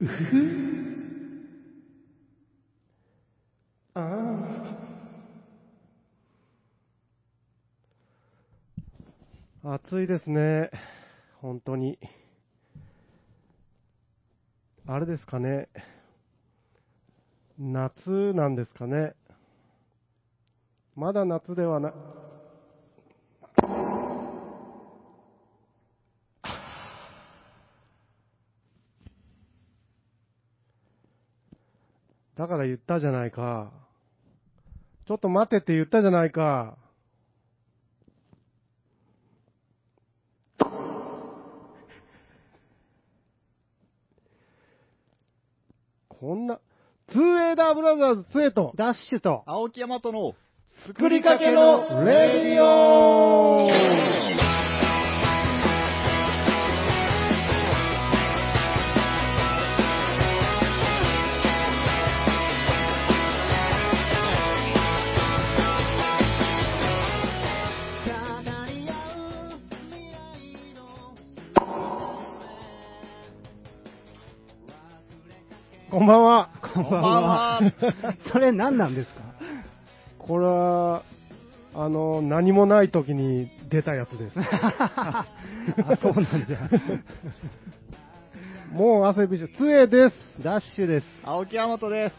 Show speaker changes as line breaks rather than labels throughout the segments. うふふ。ああ。暑いですね。本当に。あれですかね。夏なんですかね。まだ夏ではな、だから言ったじゃないか。ちょっと待てって言ったじゃないか。こんな、ツーエイダーブラザーズツエと、
ダッシュと、
青木大和の
作りかけのレディオこんばんは。
こんばんは。それ何なんですか
これは、あの、何もない時に出たやつです。
あ、そうなんじゃ。
もう汗びしょ、つえです。
ダッシュです。
青木大和です。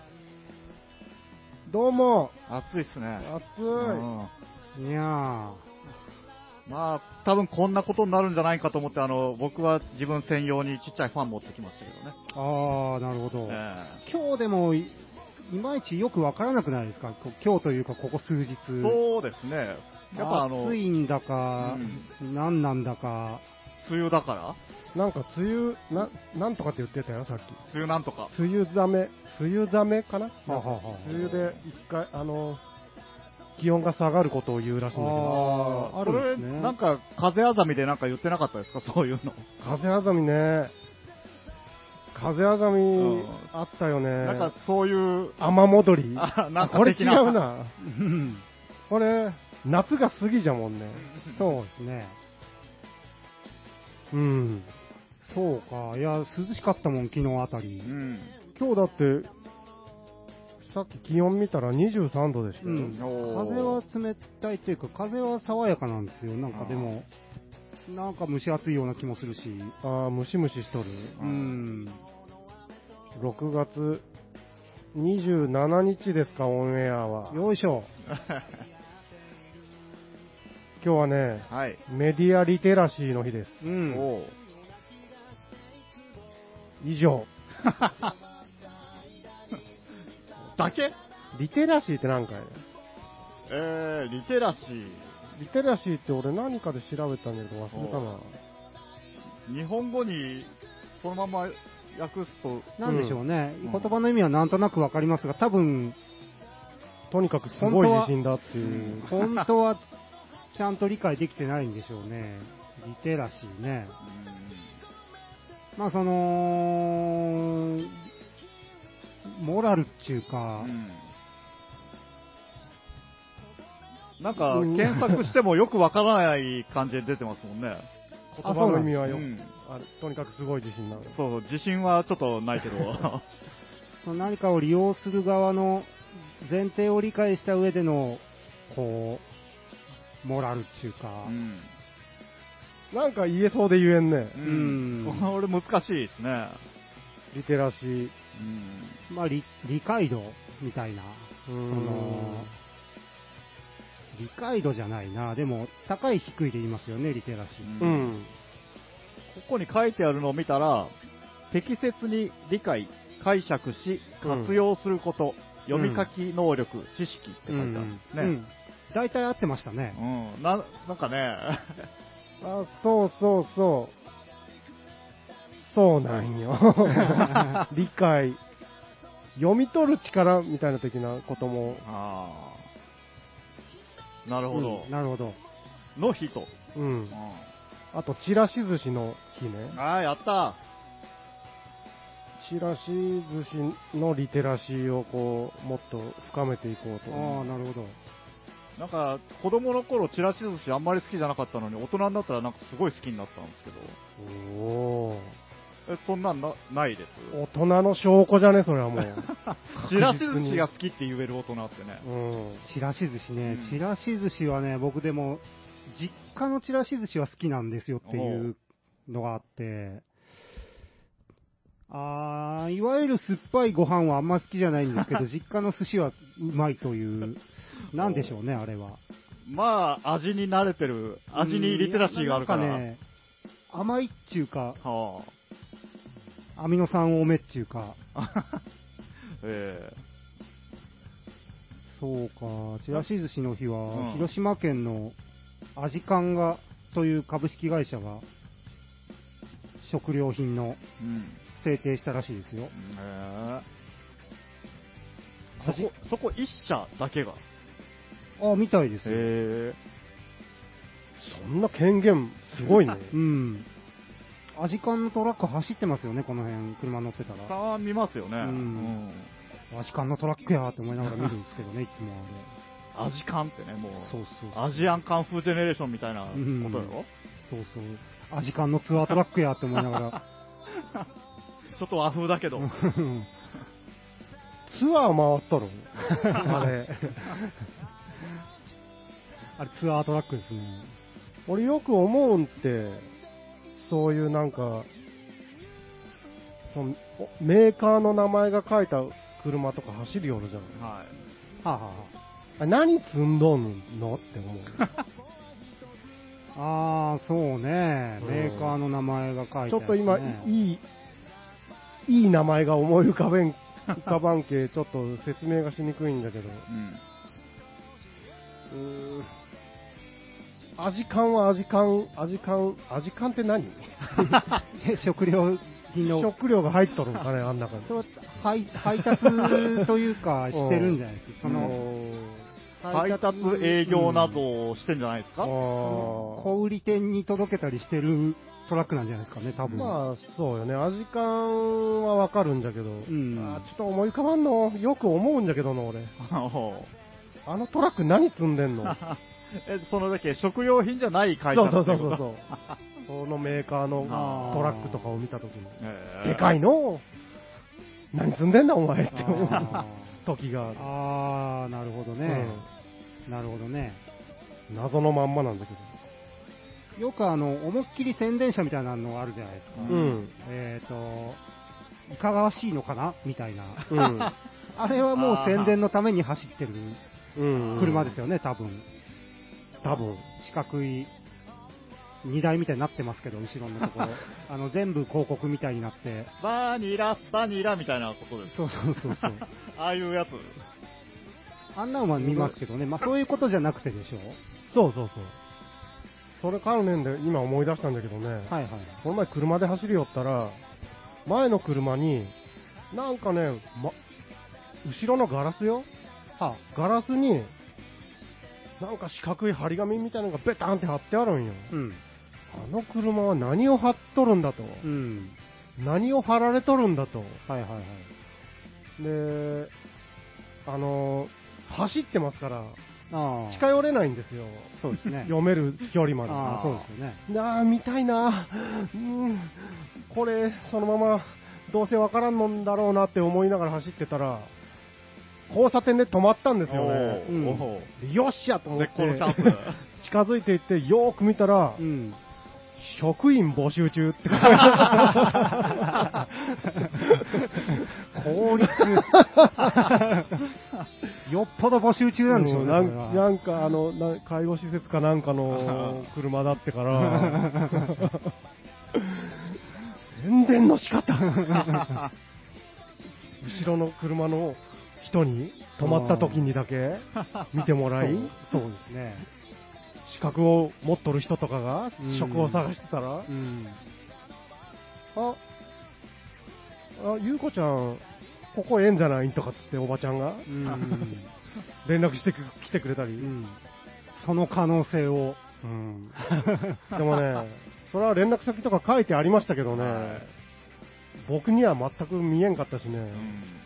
どうも、
暑いっすね。
暑
うん
いやー。
まあ、多分こんなことになるんじゃないかと思って、あの、僕は自分専用にちっちゃいファン持ってきましたけどね。
あー、なるほど。
え
今日でもい、いまいちよくわからなくないですかこ今日というか、ここ数日。
えそうですね。やっぱあの、
暑
梅
いんだか、何なんだか。
雨だから
なんか梅雨、な、なんとかって言ってたよ、さっき。
梅雨なんとか。
梅雨ザメ、梅雨ザメかな
ははは
梅雨で一回、あの、気温が下がることを言うらしいんだけど、
あー、あるん
そ
です
れ、
ね。
なんか、風あざみでなんか言ってなかったですか そういうの。
風あざみね、風あざみ
ん
あったよね。
なんか、そういう、
雨戻り
あなんか
これ違
的な
うな。
うん
これ、夏が過ぎじゃもんね。
そうですね。
うん。
そうか。いや、涼しかったもん、昨日あたり
う。ん。
今日だって、さっき気温見たら23度でした
う
よ。
ん、
おー
風は冷たいというか、風は爽やかなんですよ、なんかでも、なんか蒸し暑いような気もするし、
ああ、ムシムシしとる。
う
うんん、
6月27日ですか、オンエアは。
よいしょ、
今日はね、
はい。
メディアリテラシーの日です。
うん、
おー
以上。
だけ
リテラシーって何かやね
えー、リテラシー。
リテラシーって俺何かで調べたんだけど忘れたな。
日本語に、そのまま訳すと、
なんでしょうね、
うん
言葉の意味はなんとなくわかりますが、多分
とにかくすごい自信だっていう。
本当はちゃんと理解できてないんでしょうね、リテラシーね、
う
まあその、モラルっていうか、
んなんか、検索してもよくわからない感じで出てますもんね。
言葉の意味は
う
よ、
ん、
あれとにかくすごい自信なの。
そう、自信はちょっとないけど。
その何かを利用する側の前提を理解した上での、こう、モラルっていうか、
うん。
なんか言えそうで言えんね。
う ん
これ難しいですね。
リテラシー。
うん。
まあ理、理解度みたいな、
うー
そ
ん
の。、理解度じゃないな、でも、高い低いで言いますよね、リテラシー。
う。ん。
ここに書いてあるのを見たら、適切に理解、解釈し、
うん
活用すること、読み書き能力、知識って書いてあるんですね。
うん大体合ってましたね。
うん、ななんかね、
あ、そうそうそう。そうなんよ。理解。読み取る力みたいな的なことも。
ああ、なるほど
うん、なるほど。
の日と、
うん
う。
あと、チラシ寿司の日ね
ん、。ああ、やった、
チラシ寿司のリテラシーをこう、もっと深めていこうと。
ああ、なるほど。
なんか子供の頃チラシ寿司あんまり好きじゃなかったのに、大人になったらなんかすごい好きになったんですけど、
おー
えそんなんなないです。
大人の証拠じゃね、それはもう。
ちらし寿司が好きって言える大人ってね。
うん。
ちらし寿司ね
う、ん
ちらし寿司はね、僕でも、実家のちらし寿司は好きなんですよっていうのがあって、あー、いわゆる酸っぱいご飯はあんま好きじゃないんです けど、実家の寿司はうまいという、なんでしょうね、あれは。
まあ、味に慣れてる、味にリテラシーがあるから。
うんなんかね、甘いっていうか、
はあ。
アミノ酸多めっていうか、
え
そうか、ちらし寿司の日は、
うん
広島県のアジカンが、という株式会社が、食料品の
えうん。
制定したらしいですよ。
ねえ
味
そこ、そこ一社だけが。
あ、みたいですよ。
へえ
そんな権限、すごいね。
うん。アジカンのトラック走ってますよね、この辺、車乗ってたら。
さあ見ますよね。
うんアジカンのトラックやーって思いながら見るんですけどね、いつもあ
アジカンってね、もう。
れ。そうそう。
アジアンカンフージェネレーションみたいなこ
うん
とよ。
そうそう。アジカンのツアートラックやーって思いながら。
ちょっと和風だけど。
うん
ツアー回ったろ。あれ。
あれツアートラックですね。
俺よく思うんって、そういうなんか、そのおメーカーの名前が書いた車とか走るよるじゃん。
は
はあ、はあは
あ何積んどんのって思う。
あ、あー、そうね。
うん
メーカーの名前が書いてある、ね。
ちょっと今、
い
いい、いい名前が思い浮かべ ん、浮かばんけ、ちょっと説明がしにくいんだけど。
い。うん。
うーん味感は味感、味感、味感って何
食料品の、
食料が入っとるんかね、あん中 に。
それは配配達というか、 してるんじゃないですか。その、
配達営業などをしてんじゃないですか、
あ
小売店に届けたりしてるトラックなんじゃないですかね、多
あ、
分。
まあそうよね、味感はわかるんだけど、
ん
あーちょっと思い浮かばんの、よく思うんだけどな、俺。あのトラック何積んでん の
えそのだけ食料品じゃない会社
そうそう
って
そうそ
こ
う
と
そう。そのメーカーの
あ
ー
トラックとかを見たときに、
ええ
でかいの何積んでんだ、お前って思
あ
う 時がある。
あー、なるほどね。なるほどね。
うん謎のまんまなんだけど。
よくあの、思いっきり宣伝車みたいなのがあるじゃないですか。
うん。
えっ、と、いかがわしいのかなみたいな。
うん。
あれはもう
あー
宣伝のために走ってる
うん
車ですよね、多分。
多分。
四角い荷台みたいになってますけど、後ろのところ。 あの、全部広告みたいになって。
バニラバニラみたいなことです
そうそうそ うそう。
ああいうやつ
あんなのは見ますけどね。まあ、そういうことじゃなくてでしょ
そうそうそう。それ関連で今思い出したんだけどね、
はいはい。
この前車で走り寄ったら、前の車に、なんかね、ま、後ろのガラスよ、
は
ガラスに、なんか四角い張り紙みたいなのがベタンって貼ってあるんよ。
うん。
あの車は何を貼っとるんだと。
うん。
何を貼られとるんだと。
はいはいはい。
で、あの、走ってますから、
ああ。
近寄れないんですよ。
そうですね。
読める距離まで。
ああ、そうですよね。
なあ、見たいな、うん、これ、そのまま、どうせわからんのんだろうなって思いながら走ってたら、交差点で止まったんですよね。
うん
おお
でよっしゃと思っ
絶好のチャン
て
ス、
近づいていって、よーく見たら、
うん。
職員募集中 って書いてある効率
よっぽど募集中なんでしょうね。
な
こ
ん
れ
な
は
んかあのな介護施設かなんかの車だってから宣伝の仕方後ろの車の人に止まった時にだけ見てもらい
そうそうですね。
資格を持っとる人とかが
うん
職を探してたら、
うん。
ああゆうこちゃんここええんじゃないとかっつっておばちゃんが
うん。
連絡してく来てくれたり、
うんその可能性を。
うん、でも ね、それは連絡先とか書いてありましたけどね、
はい
僕には全く見えんかったしね、
うん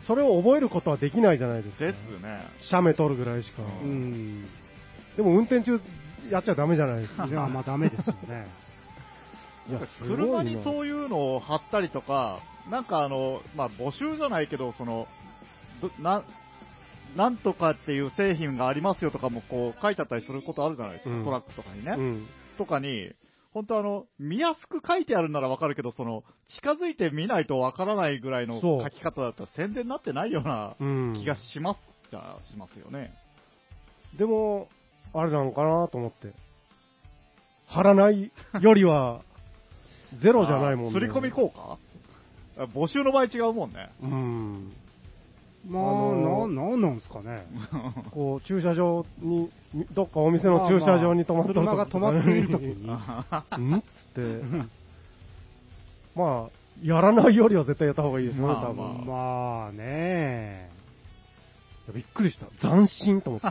それを覚えることはできないじゃないですか、
ですね
写メ撮るぐらいしか、
う。
うん
でも運転中やっちゃだめじゃないですか、
じゃあ、まあダメですよね。
いやすごいな
車にそういうのを貼ったりとか、なんかあの、まあ、募集じゃないけど、その、どな、なんとかっていう製品がありますよとかもこう書いてあったりすることあるじゃないですか、
うん
トラックとかにね。
うん。
とかに、本当あの、見やすく書いてあるならわかるけど、その、近づいて見ないとわからないぐらいの
そう
書き方だったら宣伝になってないような
うん。
気がします、じゃあしますよね。
でも、あれなのかなと思って。貼らないよりは、ゼロじゃないもん
あー刷り込み効果あ募集の場合違うもんね。
うん。
まあ、
あのー
な、なんなんですかね。
こう、駐車場に、どっかお店の駐車場に止まった
まあまあ車が止まってい る時に
んっつって、まあ、やらないよりは絶対やった方がいいですね、
まあ
多
まあ
分。
まあね
いやびっくりした。斬新と思 って。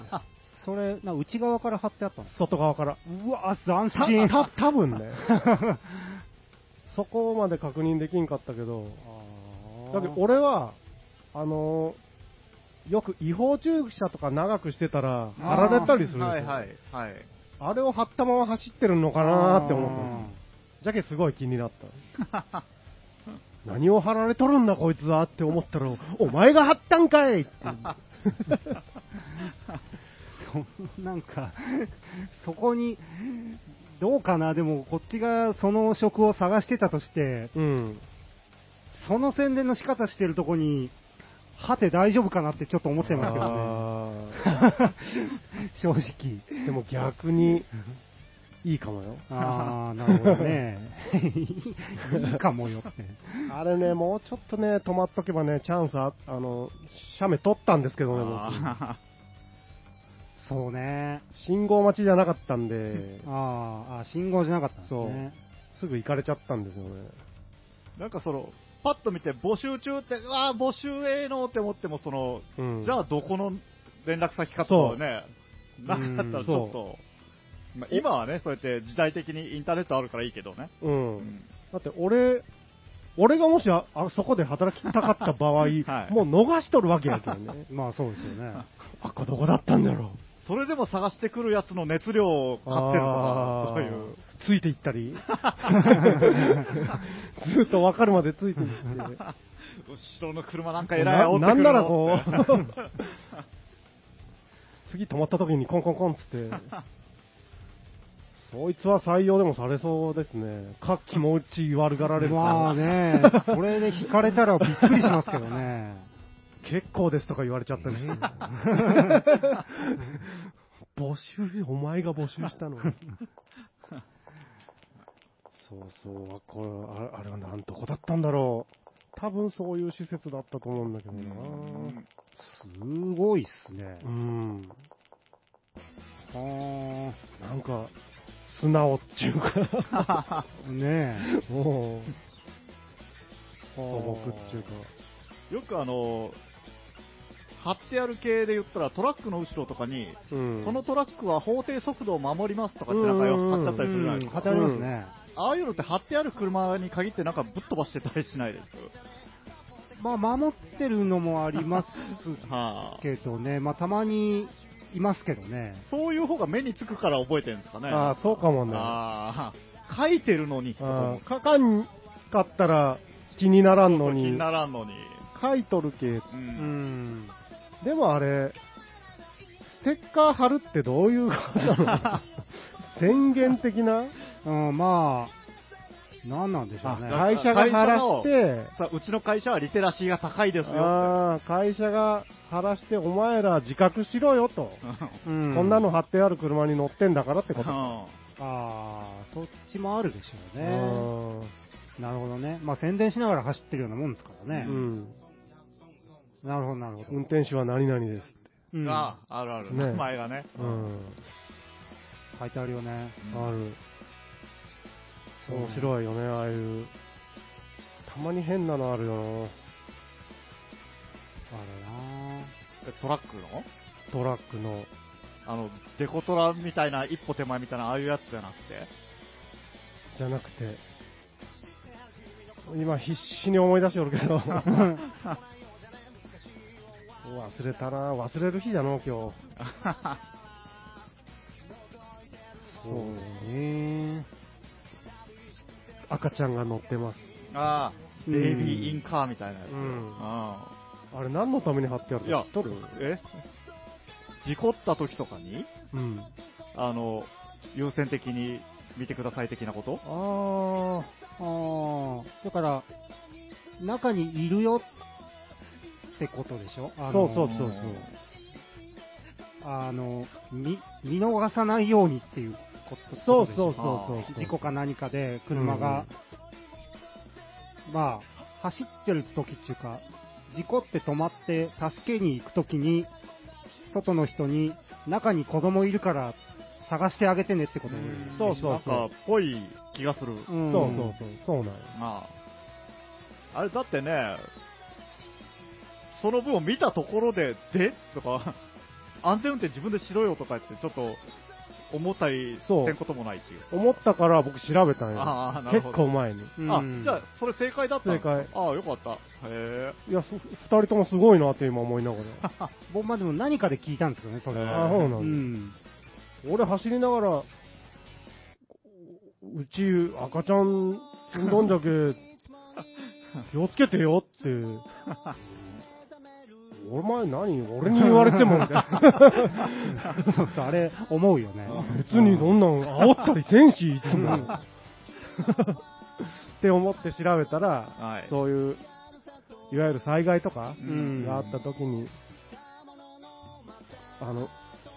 それ、な内側から貼ってあったんです
外側から。
うわ斬
た
新。
た多分ね。 そこまで確認できんかったけど、だけど俺は、あのーよく違法駐車とか長くしてたら、貼られたりするんですよ。
はいはいはい。
あれを貼ったまま走ってるのかなーって思ったんです。じゃけすごい気になった。 何を貼られとるんだこいつはって思ったら、お前が貼ったんかいって
そなんか、そこに、どうかな、でもこっちがその職を探してたとして、
うん。
その宣伝の仕方してるとこに、はて大丈夫かなってちょっと思っちゃいますけどね。正直。
あーでも逆に、いいかもよ。
あ あ、なるほどね。いいかもよって。
あれね、もうちょっとね、止まっとけばね、チャンスあ、あの、写メ撮ったんですけどね、僕。
あ
そうね。
信号待ちじゃなかったんで、
あーあー、信号じゃなかったんですね。
すぐ行かれちゃったんですよね。
ーなんかその、パッと見て募集中って、うわー募集ええのって思っても、その、
うん
じゃあどこの連絡先かとかね、なかったらちょっと、まあ今はね、そうやって時代的にインターネットあるからいいけどね。
うん。だって俺、俺がもしああそこで働きたかった場合、
い
もう逃しとるわけやけどね。
ま あそうですよね。
あっこどこだったんだろう。
それでも探してくるやつの熱量を買ってるのかな、そういう。
ついていったり。 ずっと分かるまでついていって。
後ろの車なんか偉い煽ってくるの
ななんならこ う次止まった時にコンコンコンっつっ て。そいつは採用でもされそうですね。か気持ち悪がられるから
まあね、それで引かれたらびっくりしますけどね。
結構ですとか言われちゃったりして 募集、お前が募集したの。そうそう、これ、ああれはなんとこだったんだろう。多分そういう施設だったと思うんだけどな。
うん
すごいっすね
う。ん。
あー
なんか、素直っていう か、
ねえ。
もう、素朴っていうか。
よくあの、貼ってある系で言ったらトラックの後ろとかに、
うん
このトラックは法定速度を守りますとかってなんかよく貼っちゃったりするじゃないですか
貼っ。てありますね。
ああいうのって貼ってある車に限ってなんかぶっ飛ばしてたりしないです
まあ守ってるのもあります
はあ、
けどね、まあたまにいますけどね。
そういう方が目につくから覚えてるんですかね。
ああ、そうかもね。あ
ああ書いてるのに。
あ、書かんかったら気にならんの
気に
に、
ならんのに。
書いとるけ
う。
うんん。
でもあれ、ステッカー貼るってどういうことなの 宣言的な
うん、まあ、なんなんでしょうね。
あ
会社が貼らして、
さあうちの会社はリテラシーが高いですよ
あー会社が貼らして、お前ら自覚しろよと。
って。
う
こんなの貼ってある車に乗ってんだからって
う
こと。
ん
ああ、そっちもあるでしょ
う
うね。
ん
なるほどね。まあ宣伝しながら走ってるようなもんですからね。
うん
なるほど、なるほど。
運転手は何々です。
うん
ああ、あるある。
ね
名前がね。
うん。
書いてあるよね。
ある。面白いよね、ああいう。たまに変なのあるよな。
あ
えトラックの
トラックの。
あの、デコトラみたいな、一歩手前みたいな、ああいうやつじゃなく て。
じゃなくて、今必死に思い出しておるけど、忘れたな、忘れる日だの、今日。
れなそうね。
赤ちゃんが乗ってます。
ああ、
うん
ベイビーインカーみたいなやつ。
うん
あ
あれ何のために貼ってある
あ
か
いや
知っとる、
え事故った時とかに、
うん。
あの、優先的に見てください的なこと
あ
ああ、だから、中にいるよってことでしょあ
そ
の
うそうそうそう。
あの、見、見逃さないようにっていうこと
そ
こ
う
とでし
そ
ょ
うそうそう。
事故か何かで車が、まあ、走ってる時っていうか、事故って止まって助けに行く時に、外の人に、中に子供いるから探してあげてねってこと
んそうそうそう
なんか、ぽい気がする。
うん
そうそうそう。そうなんよ。
まあ。あれ、だってね、その分を見たところで、でとか、 安全運転自分でしろよとかって、ちょっと、思ったり
そう
せんこともないっていう。
思ったから僕調べたんよ。
ああ、なるほ
結
ど。
構前に。
うん
あ、じゃあ、それ正解だったの
正解
ああ、よかった。へ
いや、そ二人ともすごいなって今思いなが ら。
僕まあでも何かで聞いたんですよね、それ
え
は。
ー
あ、そう
う
なんだ。
ん。
俺走りながら、うち赤ちゃんどん だけ気をつけてよって。お前何俺に言われてもみたいな。
そうそう、あれ、思うよね。
別にそんなん煽ったりせんし、いつも。 って思って調べた
え。
ら、
はい。
そういう、いわゆる災害とか
う
うん
があった時に、あの、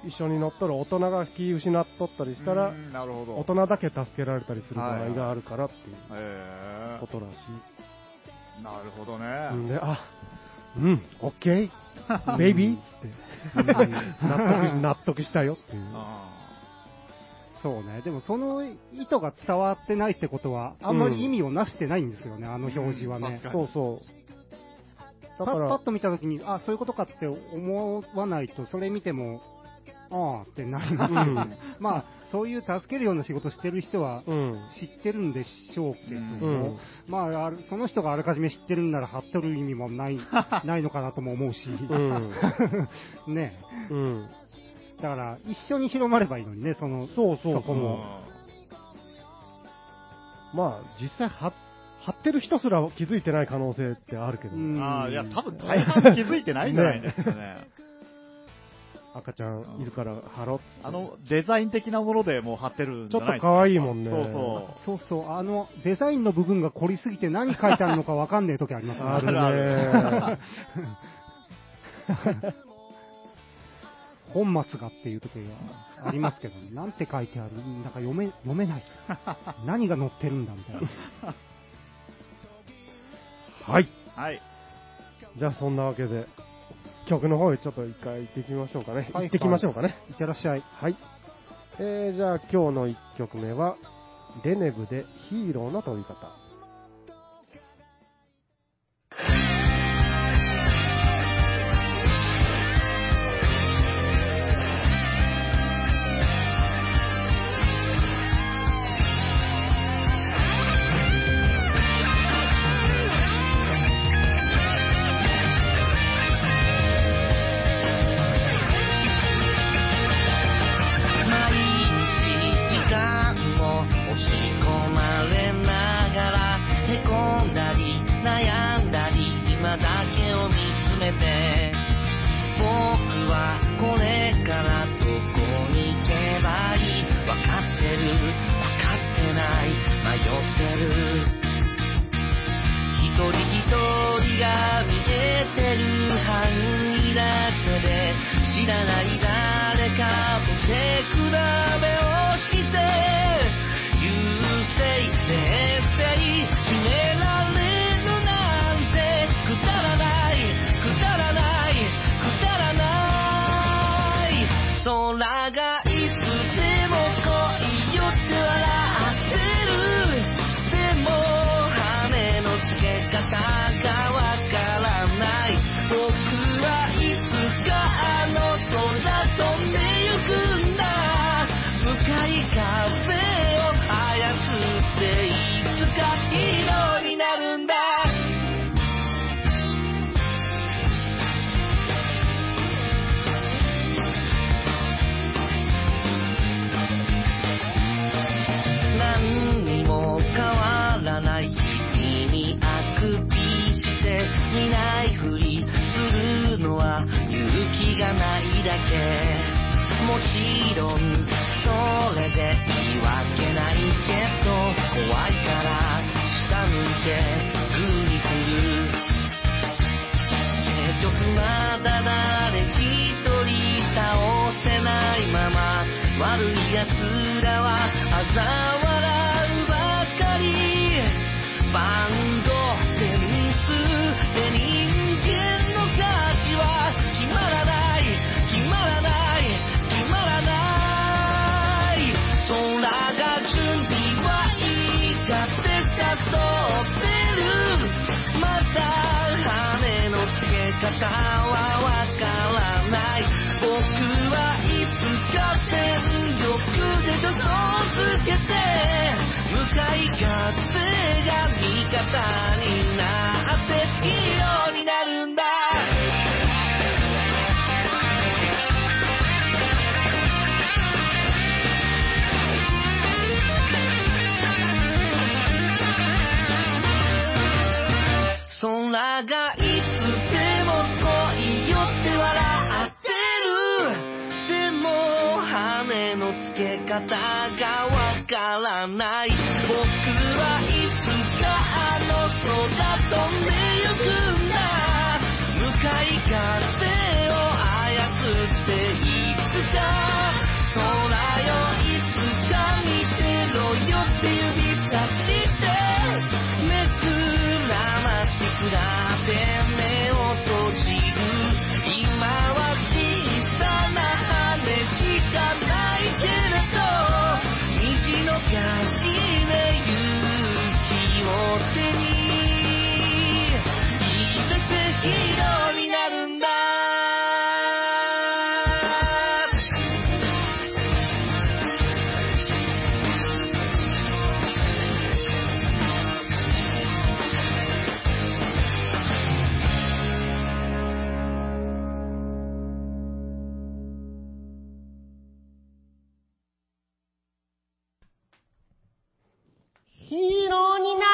一緒に乗っとる大人が気失っとったりしたら
う、んなるほど。
大人だけ助けられたりする場合があるからっていう
へ
ことらし
え。なるほどね。
い。んで、あ、うん、オッケー、ベイビーって、納得し、納得したよっていう。
あ
そうね。でもその意図が伝わってないってことは、あんまり意味をなしてないんですよね、あの表示はね
うん確。か
そうそう。
パ
だか
ッパ
ら
ッ、と見たときに、あ、そういうことかって思わないと、それ見ても、ああってなりますよね。 まあ、そういう助けるような仕事してる人は
うん。
知ってるんでしょうけど
う
も、
ん。
まあある、その人があらかじめ知ってるんなら貼っとる意味もない、 ないのかなとも思うし、
うん。
ね
うん。
だから、一緒に広まればいいのにね、その、
そうそう
そこも
まあ、実際は、貼ってる人すら気づいてない可能性ってあるけど、
うん
うん
ああ、いや、多分大半気づいてないんじゃないですかね。
赤ちゃんいるから貼ろうっつって
あ、の、デザイン的なものでもう貼ってるん
ち
じ
ょ
ゃ
っ
な
と
いですか。
可愛いもんね。
そうそ
そうそう、あの、デザインの部分が凝りすぎて何書いてあるのかわかんねえ時あります
ある
ね。
ね
あるあ
本末がっていう時がありますけど、なんて書いてあるなんか読め、読め ない。何が載ってるんだみたいな。
はい。
う。はい。
じゃあそんなわけで、曲の方へちょっと一回行ってきましょうかね。
はい
行ってきましょうかね。
いってらっしゃい。
はい。えー、じゃあ今日の一曲目は、デネブでヒーローの飛び方。
毎日時間も押し込まれながらへこんだり悩んだり今だけを見つめて僕はこれからどこに行けばいい分かってる分かってない迷ってる一人一人が見えてる範囲だけで知らない誰かと手比べをして優勢先生決められるなんてくだらないくだらないくだらない空がいつでも恋よって笑ってるでも羽の付け方がわからない僕はいつかあの空味がないだけもちろんそれでいいわけないけど怖いから下向いてグリする結局まだ誰一人倒せないまま悪い奴らは嘲笑うばかりバンドテニスで人間の価値は決まらない決まらない決まらない空が準備はいいかって誘ってるまた雨のつけ方はわからない僕はいつか全力で助けて向かい風が味方になっていいようになるんだ空がいつでも恋よって笑ってるでも羽の付け方がわからない僕はいつかあの空飛んでゆくんだ向かい風を操っていつか空よいつか見てろよって指さして目くらましくらって目を閉じる今は小さな羽しかないけれど虹の限りで勇気を手にいれてヒーローになるんだ
ヒーローになるんだ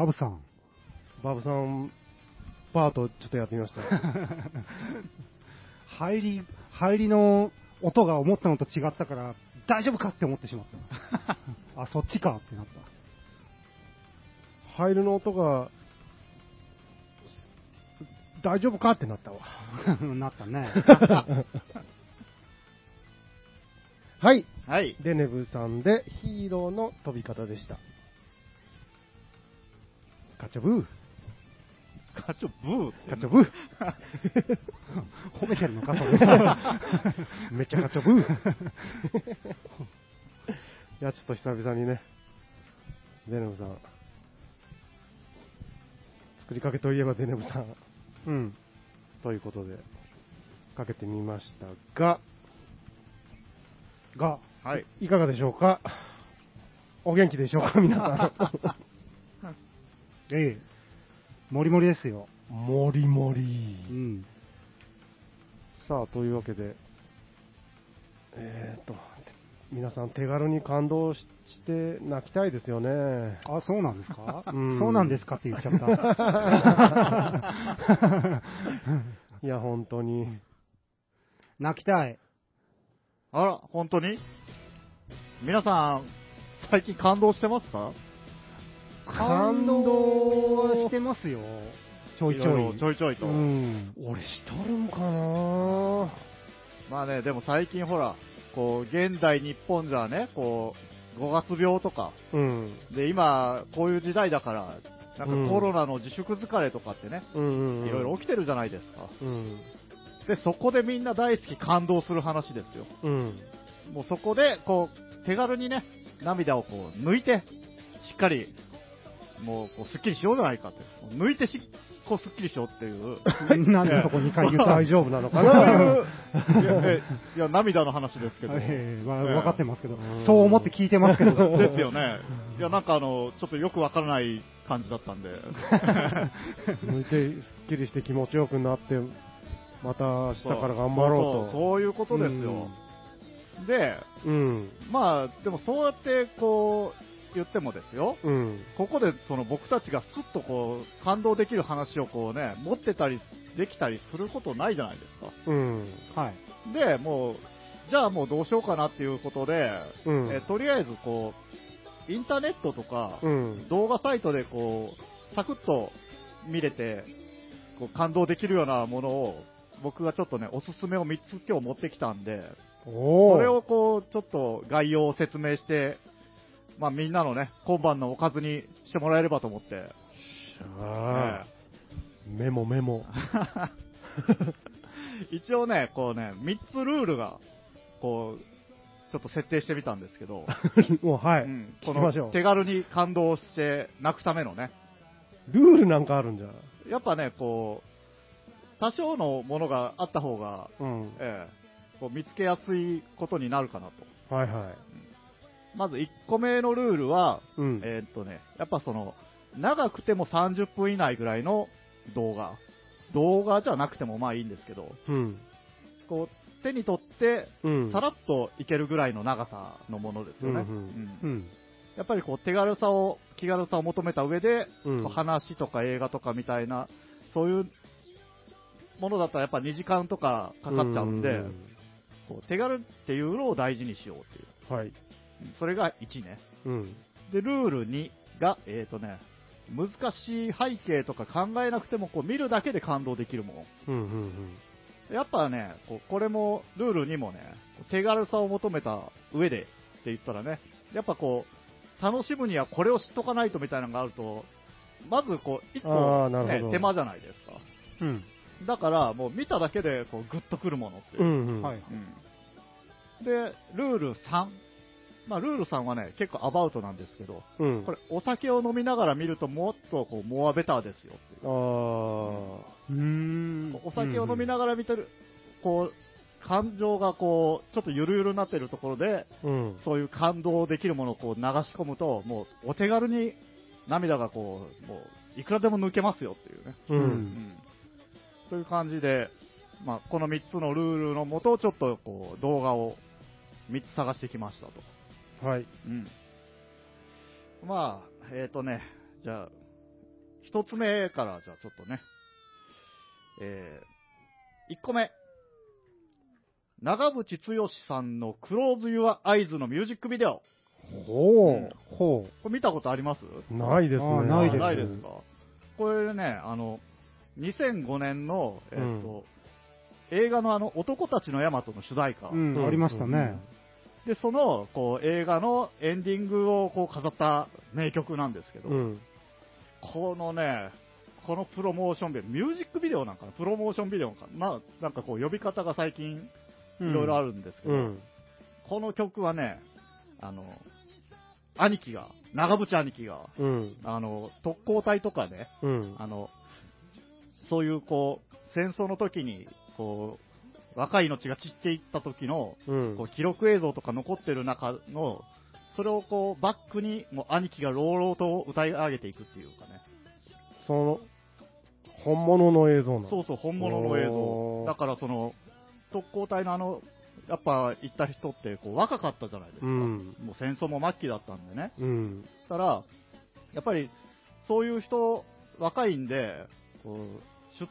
バブ さん。
バブさん、パートちょっとやってみました。
入り、入りの音が思ったのと違ったから、大丈夫かって思ってし まった。あ、そっちかってなった。
入るの音が、大丈夫かってなったわ。
なっ たね。
はい。
はい。
デネブさんでヒーローの飛び方でした。ガチャブー。
ガチョブーって。
ガチャブー。
褒めてるのか、そ れ。
めっちゃガチャブー。い や、ちょっと久々にね、デネブさん。作りかけといえばデネブさん。
うん。
ということで、かけてみましたが、が、
はい。
いかがでしょうかお元気でしょう か皆さ
ええ。もりもりですよ。
ん。もりも
う
り。
ん。
さあ、というわけで、えーっと、皆さん手軽に感動しして泣きたいですよね。
あ、そうなんですか
うん
そうなんですかって言っちゃった。
いや、本当に。
泣きたい。
あら、本当に皆さん、最近感動してますか
感動はしてますよ。ちょいち
ろ
ょ
ろ
い。
ちょいちょいと。
うん。
俺しとるんかな
まあね、でも最近ほら、こう、現代日本じゃね、こう、五月病とか、
うん。
で、今、こういう時代だから、なん
うん
かコロナの自粛疲れとかってね、
うんうん、うん。
いろいろ。起きてるじゃないですか。
うん。
で、そこでみんな大好き感動する話ですよ。
うん。
もうそこで、こう、手軽にね、涙をこう、抜いて、しっかり、もう、こう、スッキリしようじゃないかって。抜いてし、こう、スッキリしようっ ていう。
なんでそこ2回言った
大丈夫なのか
そうい
な
ういやねいや、涙の話ですけど。
ええ、わ
ええ
分かってますけど
ん、
そう思って聞いてますけど、
ですよね。いや、なんかあの、ちょっとよくわからない感じだったんで。
抜いて、すっきりして気持ちよくなって、また 明日から頑張ろうと。
そうそういうことですよ。で、
うん。
まあ、でもそうやって、こう、言ってもですよ、
うん。
ここでその僕たちがすっとこう感動できる話をこうね持ってたりできたりすることないじゃないですか。
うん。
はい。
で、もう、じゃあもうどうしようかなっていうことで、
うん
えとりあえずこう、インターネットとか、
うん。
動画サイトでこう、サクッと見れて、こう感動できるようなものを、僕がちょっとね、おすすめを3つ今日持ってきたんで、
お
それをこう、ちょっと概要を説明して、まあみんなのね、今晩のおかずにしてもらえればと思って。
ああ、メモメモ。
ええ 一応ね、こうね、3つルールが、こう、ちょっと設定してみたんですけど、
もうはい、
うんこ
聞きましょ
の
う。
手軽に感動して泣くためのね、
ルールなんかあるんじゃん。
やっぱね、こう、多少のものがあった方が、
うん。
ええこう見つけやすいことになるかなと。
はいはい。
まず1個目のルールは、
うん。
えーっとね、やっぱその、長くても30分以内ぐらいの動画。動画じゃなくてもまあいいんですけど、
うん。
こう、手に取って、
うん。
さらっといけるぐらいの長さのものですよね。
うんうん
う
うんん。
やっぱりこう手軽さを、気軽さを求めた上で、
うん
こう話とか映画とかみたいな、そういうものだったらやっぱ2時間とかかかっちゃうんで、
う
こう手軽っていうのを大事にしようっていう。
はい。
うんそれが1ね。
うん。
で、ルール2が、えっ、とね、難しい背景とか考えなくてもこう見るだけで感動できるも
う
の。
んうん
やっぱね、こうこれも、ルールにもね、手軽さを求めた上でって言ったらね、やっぱこう、楽しむにはこれを知っとかないとみたいなのがあると、まずこう、一
あ
個、
ーなる
ね
ほど、
手間じゃないですか。
うん。
だから、もう見ただけで、こう、グッとくるものっていう
うん。う。んうん。
はい。。
うんで、ルール3。まあ、ルール3はね、結構アバウトなんですけど、
うん。
これ、お酒を飲みながら見ると、もっとこう、モアベターですよっていう
ああ。
うーん。
お酒を飲みながら見てる、こう、感情がこう、ちょっとゆるゆるになってるところで、
うん。
そういう感動できるものをこう流し込むと、もうお手軽に涙がこう、もういくらでも抜けますよっていうね。
う。
うんん。という感じで、まあ、この3つのルールのもと、ちょっとこう、動画を3つ探してきましたと。
はい。
うん。まあ、えっ、ー、とね、じゃあ、一つ目から、じゃあちょっとね。えー、一個目。長渕剛さんの Close Your Eyes のミュージックビデオ。
ほ
うん
う。ほ
これ見たことあります
う。ないです
あ
ね。
ーないです
あないですか。これね、あの、2005年の、えっ、と、映画のあの、男たちのヤマトの主題歌。
うん、ありましたね。
で、その、こう、映画のエンディングをこう飾った名曲なんですけど、
うん。
このね、このプロモーションビデオ、ミュージックビデオなんかな、プロモーションビデオかな、なんかこう呼び方が最近いろいろあるんですけ
う
ど、
ん。
この曲はね、あの、兄貴が、長渕兄貴が、
うん。
あの、特攻隊とかね、
うん。
あの、そういうこう、戦争の時に、こう、若い命が散っていった時の、
うん
こう記録映像とか残ってる中の、それをこう、バックに、もう兄貴が朗々と歌い上げていくっていうかね。
その、本物の映像なの。
そうそう、本物の映
お
像。
ー
だからその、特攻隊のあの、やっぱ行った人ってこう若かったじゃないですか。
うん。
もう戦争も末期だったんでね。
うん。
そしたら、やっぱり、そういう人、若いんで、こう、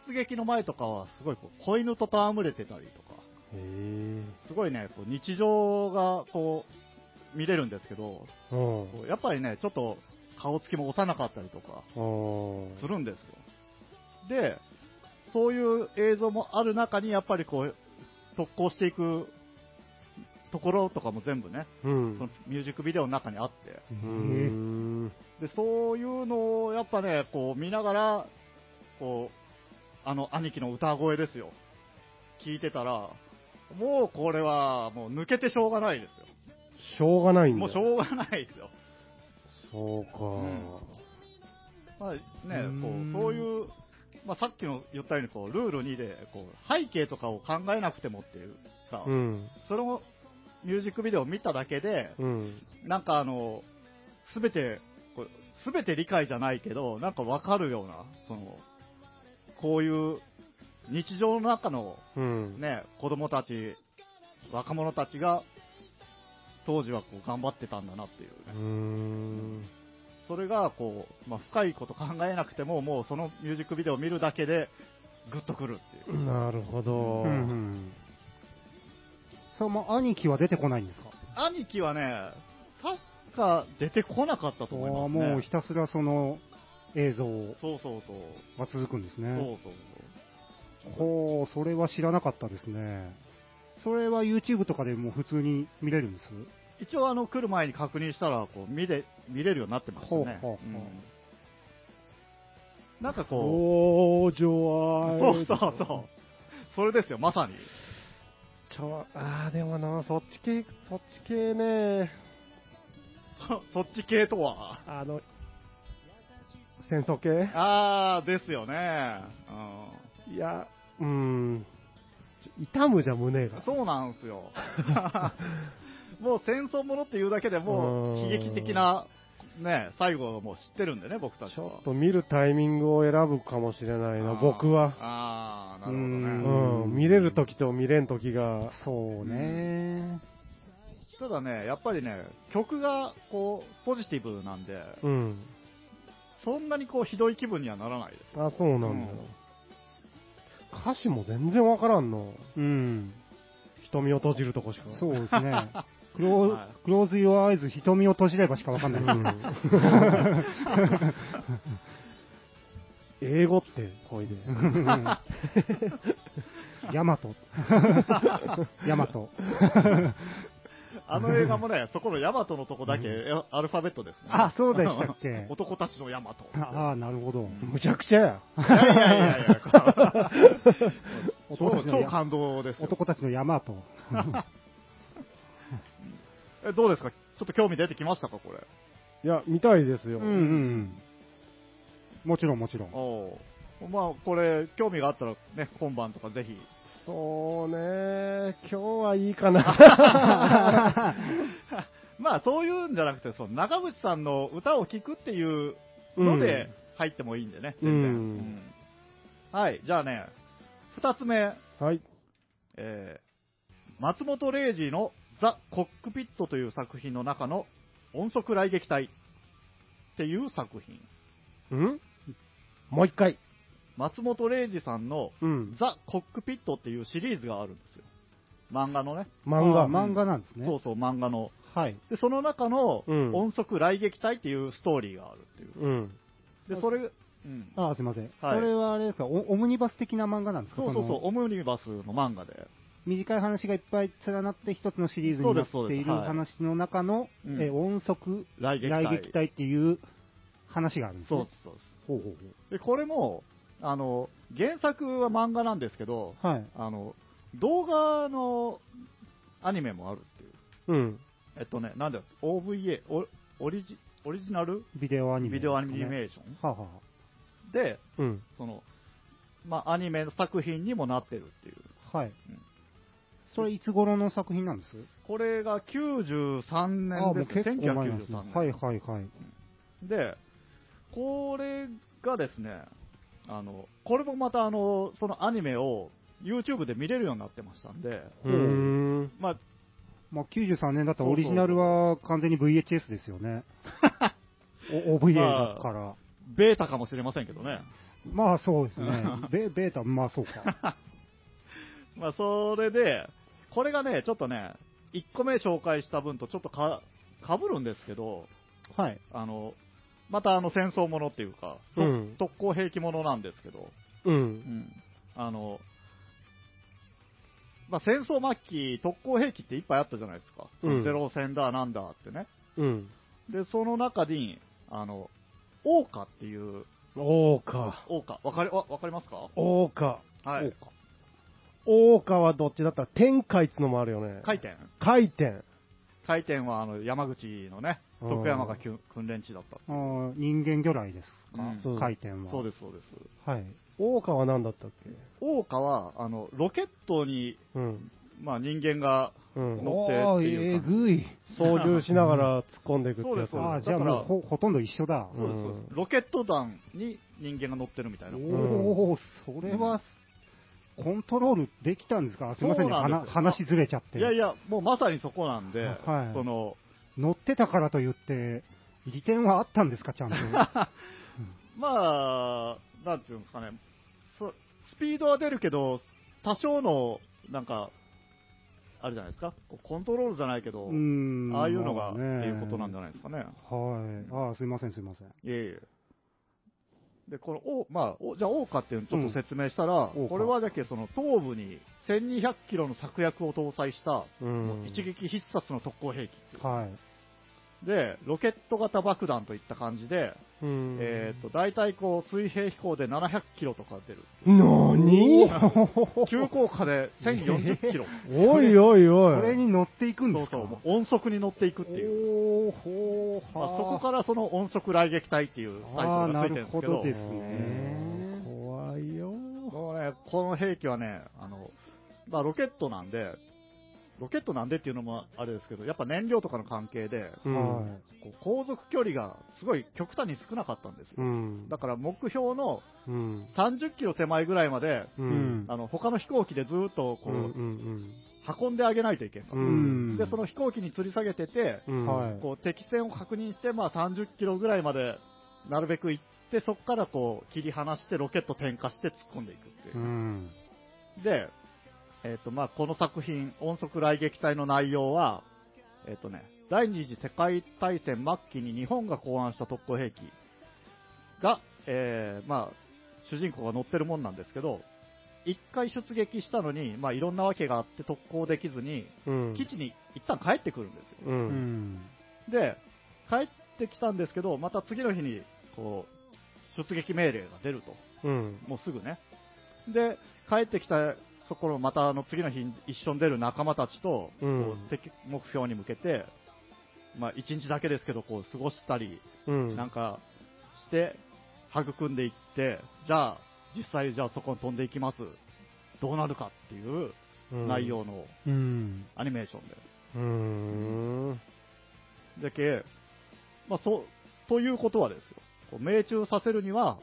出撃の前とかはすごいこう、子犬と戯れてたりとか、
へえ。
すごいね、こう日常がこう、見れるんですけど、
うん。
こうやっぱりね、ちょっと顔つきも幼かったりとか、
うん。
するんですよ。で、そういう映像もある中に、やっぱりこう、特攻していくところとかも全部ね、
うん
そのミュージックビデオの中にあって、
うん。
で、そういうのをやっぱね、こう見ながら、こう、あの兄貴の歌声ですよ。聞いてたら、もうこれはもう抜けてしょうがないです
しょうがないん
よ。
だ。
もうしょうがないですよ。
そうか。
んまあね、こ
うん
うそういう、まあ、さっきの言ったようにこうルール2でこう背景とかを考えなくてもっていうさ、
うん。
そのミュージックビデオを見ただけで、
うん。
なんかあの、すべて、すべて理解じゃないけど、なんかわかるような、その、こういう日常の中の
うん。
ね、子供たち、若者たちが、当時はこう頑張ってたんだなっていう
う
ね、
ーん。
それがこう、まあ、深いこと考えなくても、もうそのミュージックビデオを見るだけで、グッとくるっていう。
なるほど。
うんうん。そう、まあ、兄貴は出てこないんですか
兄貴はね、確か出てこなかったと思い
ああ
ますね。
もうひたすらその映像が
そうそうそう。
続くんです
そう
ね。
そう
ほう、それは知らなかったですね。それは YouTube とかでもう普通に見れるんです
そう。一応あの、来る前に確認したら、こう、見れ、見れるようになってましたね。
ほうほうほう
うんなんかこ
おー、
う、
情
そ
愛。
うそうそう。それですよ、まさに。
ちょ、あー、でもな、そっち系、そっち系ね、
そっち系とは。
あの、戦争系
あー、ですよね。うん。
いや、うーん。ちょ痛むじゃん、胸が。
そうなんですよ。もう戦争ものっていうだけでもう
うーん
悲劇的な、ね、最後をもう知ってるんでね、僕たち
ち
は。
ょっと見るタイミングを選ぶかもしれないな、
あー
僕は。
あー、なる
う
ほどね。
ん、見れる時と見れん時が。
そうね。
ただね、やっぱりね、曲がこう、ポジティブなんで、
うん。
そんなにこう、ひどい気分にはならないです。
あ、そうなんだ。歌詞も全然わからんの。
うん。
瞳を閉じるとこしか。。
そううです ね。クロ
は
ークローズ・ヨア・アイズ、瞳を閉じればしかわかんない。
英語って、こいで。
ヤマト。ヤマト。
あの映画もね、そこのヤマトのとこだけ、アルファベットですね。
あそうでしたっけ
男たちのヤマト。
ああ、なるほど。
むちゃくちゃや。
いやいやいやいや超
男たちの
超
ヤ
感動ですよ。
男たちのヤマト。
えどうですかちょっと興味出てきましたかこれ。
いや、見たいですよ。
うんうんうん。もちろんもちろん。
おうまあ、これ、興味があったらね、今晩とかぜひ。
そうね、今日はいいかな。
まあ、そういうんじゃなくて、その長渕さんの歌を聴くっていうので、入ってもいいんでね、全然。
うん
うんはい、じゃあね、二つ目、
はい。
えー松本零士のザ・コックピットという作品の中の音速雷撃隊っていう作品。
んもう一回。
松本零士さんの
うん。
ザ・コックピットっていうシリーズがあるんですよ。漫画のね。
漫画。
あー漫画なんですね。
そうそう、漫画の。
はい。
で、その中の
うん
音速雷撃隊っていうストーリーがあるっていう。
うん。
で、それ、うん
ああ、すいません。
はい
それはあれですかオ、オムニバス的な漫画なんですか
そうそうそ
の
う、オムニバスの漫画で。
短い話がいっぱい連なって一つのシリーズになっ
そう
て
で
い
す
る
そうです
話の中の、
うん
えー音速
雷撃隊。
雷撃隊っていう話があるんです
そう
ね
です、。そうで
ほうほう
す。で、これも、あの、原作は漫画なんですけど、
ほう。はい。
あの、動画のアニメもあるっていう。
うん。
えっとね、なんだよ、OVA、オオリジオリジナル
ビデオアニメ、
ビデオアニ
は
メーション
あ、はあ、
で、
うん。
その、まあ、アニメの作品にもなってるっていう。
はい
ん。
それいつ頃の作品なんです
これが93年ですね、
なん
1993
ですね
年。
はいはいはい。
で、これがですね、あの、これもまたあの、そのアニメを YouTube で見れるようになってましたんで、
うーん。
まあ、
まあ、93年だったらオリジナルは完全に VHS ですよ ね。お OVA だから。
ベータかもしれませんけどね。
まあそうで すね。ベベータ、まあそうか。
まあ、それで、これがね、ちょっとね、1個目紹介した分とちょっとか、かぶるんですけど、
はい。
あの、またあの戦争ものっていうか、
うん。
特攻兵器ものなんですけど、
う。
うんんあの、まあ、戦争末期、特攻兵器っていっぱいあったじゃないですか。
うん
ゼロ戦だ、なんだってね。
うん。
で、その中に、あの、オーカっていう、
オーカ。
オーカ、わかり、わわかりますか
オーカ。
はい。
オーカはどっちだった天下一のもあるよね。
回転
回転。
回転は、あの、山口のね、
うん
徳山がきゅん訓練地だった。
あー人間魚雷ですか、
うん
そう
回転は。
そうです、そうです。
す。はい。
オーカは何だったっけ
オーカは、あの、ロケットに、
うん。
まあ、人間が、
うん。
乗ってっていう感じ
おーえぐい。
操縦しながら突っ込んでいくってやつ。
そう
あ
で
あ、じゃあ
だから
もうほほとんど一緒だ。
そうです、そうです。ロケット弾に人間が乗ってるみたいな。
おお、それは、コントロールできたんですかすいませんね、
そうなん
話
です
話ずれちゃって。
いやいや、もうまさにそこなんで、
はい
その、
乗ってたからと言って、利点はあったんですか、ちゃんと。
まあ、なんていうんですかね、そスピードは出るけど、多少の、なんか、あるじゃないですか、こうコントロールじゃないけど、
うん
ああいうのが、って
まあね
いうことなんじゃないですかね。
はい。ああ、すいません、すいません。
いえいえ。で、この、お、まあ、おじゃあ、オーカっていうのをちょっと説明したら、
うん
これはだけどその、頭部に1200キロの策薬を搭載した、
うん
一撃必殺の特攻兵器っていう
はい。
で、ロケット型爆弾といった感じで、
うん
えーっと、大体こう、水平飛行で700キロとか出る。
な に
急降下で1040キロ。
おいおい
こ
おい。
れに乗っていく ん
そ
で
う
すか
そう、もう音速に乗っていくっていう。
おーほー
まあ、
はー
そこからその音速雷撃隊っていうタイトルがついてるんですけ
あーなるほど
ど、
です
ね怖いよ。
もうね、この兵器はね、あの、まあ、ロケットなんで、ロケットなんでっていうのもあれですけど、やっぱ燃料とかの関係で、
うん
はい
こう航続距離がすごい極端に少なかったんです
う
よ。
ん。
だから目標の
うん。
30キロ手前ぐらいまで、
う
うん
あの他の飛行機でずーっとこう、
うん
運んであげないといけんか
う
ら、
ん。
で、その飛行機に吊り下げてて、
うん。
はい
こう敵線を確認して、まあ、30キロぐらいまでなるべく行って、そこからこう切り離して、ロケット点火して突っ込んでいくっていう
う。ん。
で、えっ、と、まあ、この作品、音速雷撃隊の内容は、えっ、とね、第二次世界大戦末期に日本が考案した特攻兵器が、えーまあ、主人公が乗ってるもんなんですけど、一回出撃したのに、まあ、いろんなわけがあって特攻できずに、
うん。
基地に一旦帰ってくるんですよ。
う。
うんん。
で、帰ってきたんですけど、また次の日に、こう、出撃命令が出ると。
うん。
もうすぐね。で、帰ってきたところ、またあの次の日に一緒に出る仲間たちと、
うん
こう敵目標に向けて、まあ一日だけですけど、こう過ごしたり、
うん。
なんかして、育んでいって、じゃあ、実際じゃあそこに飛んでいきます。どうなるかっていう内容の
うん。
アニメーションで。
うん。
だけ、まあ、そう、ということはですよ。こう命中させるには、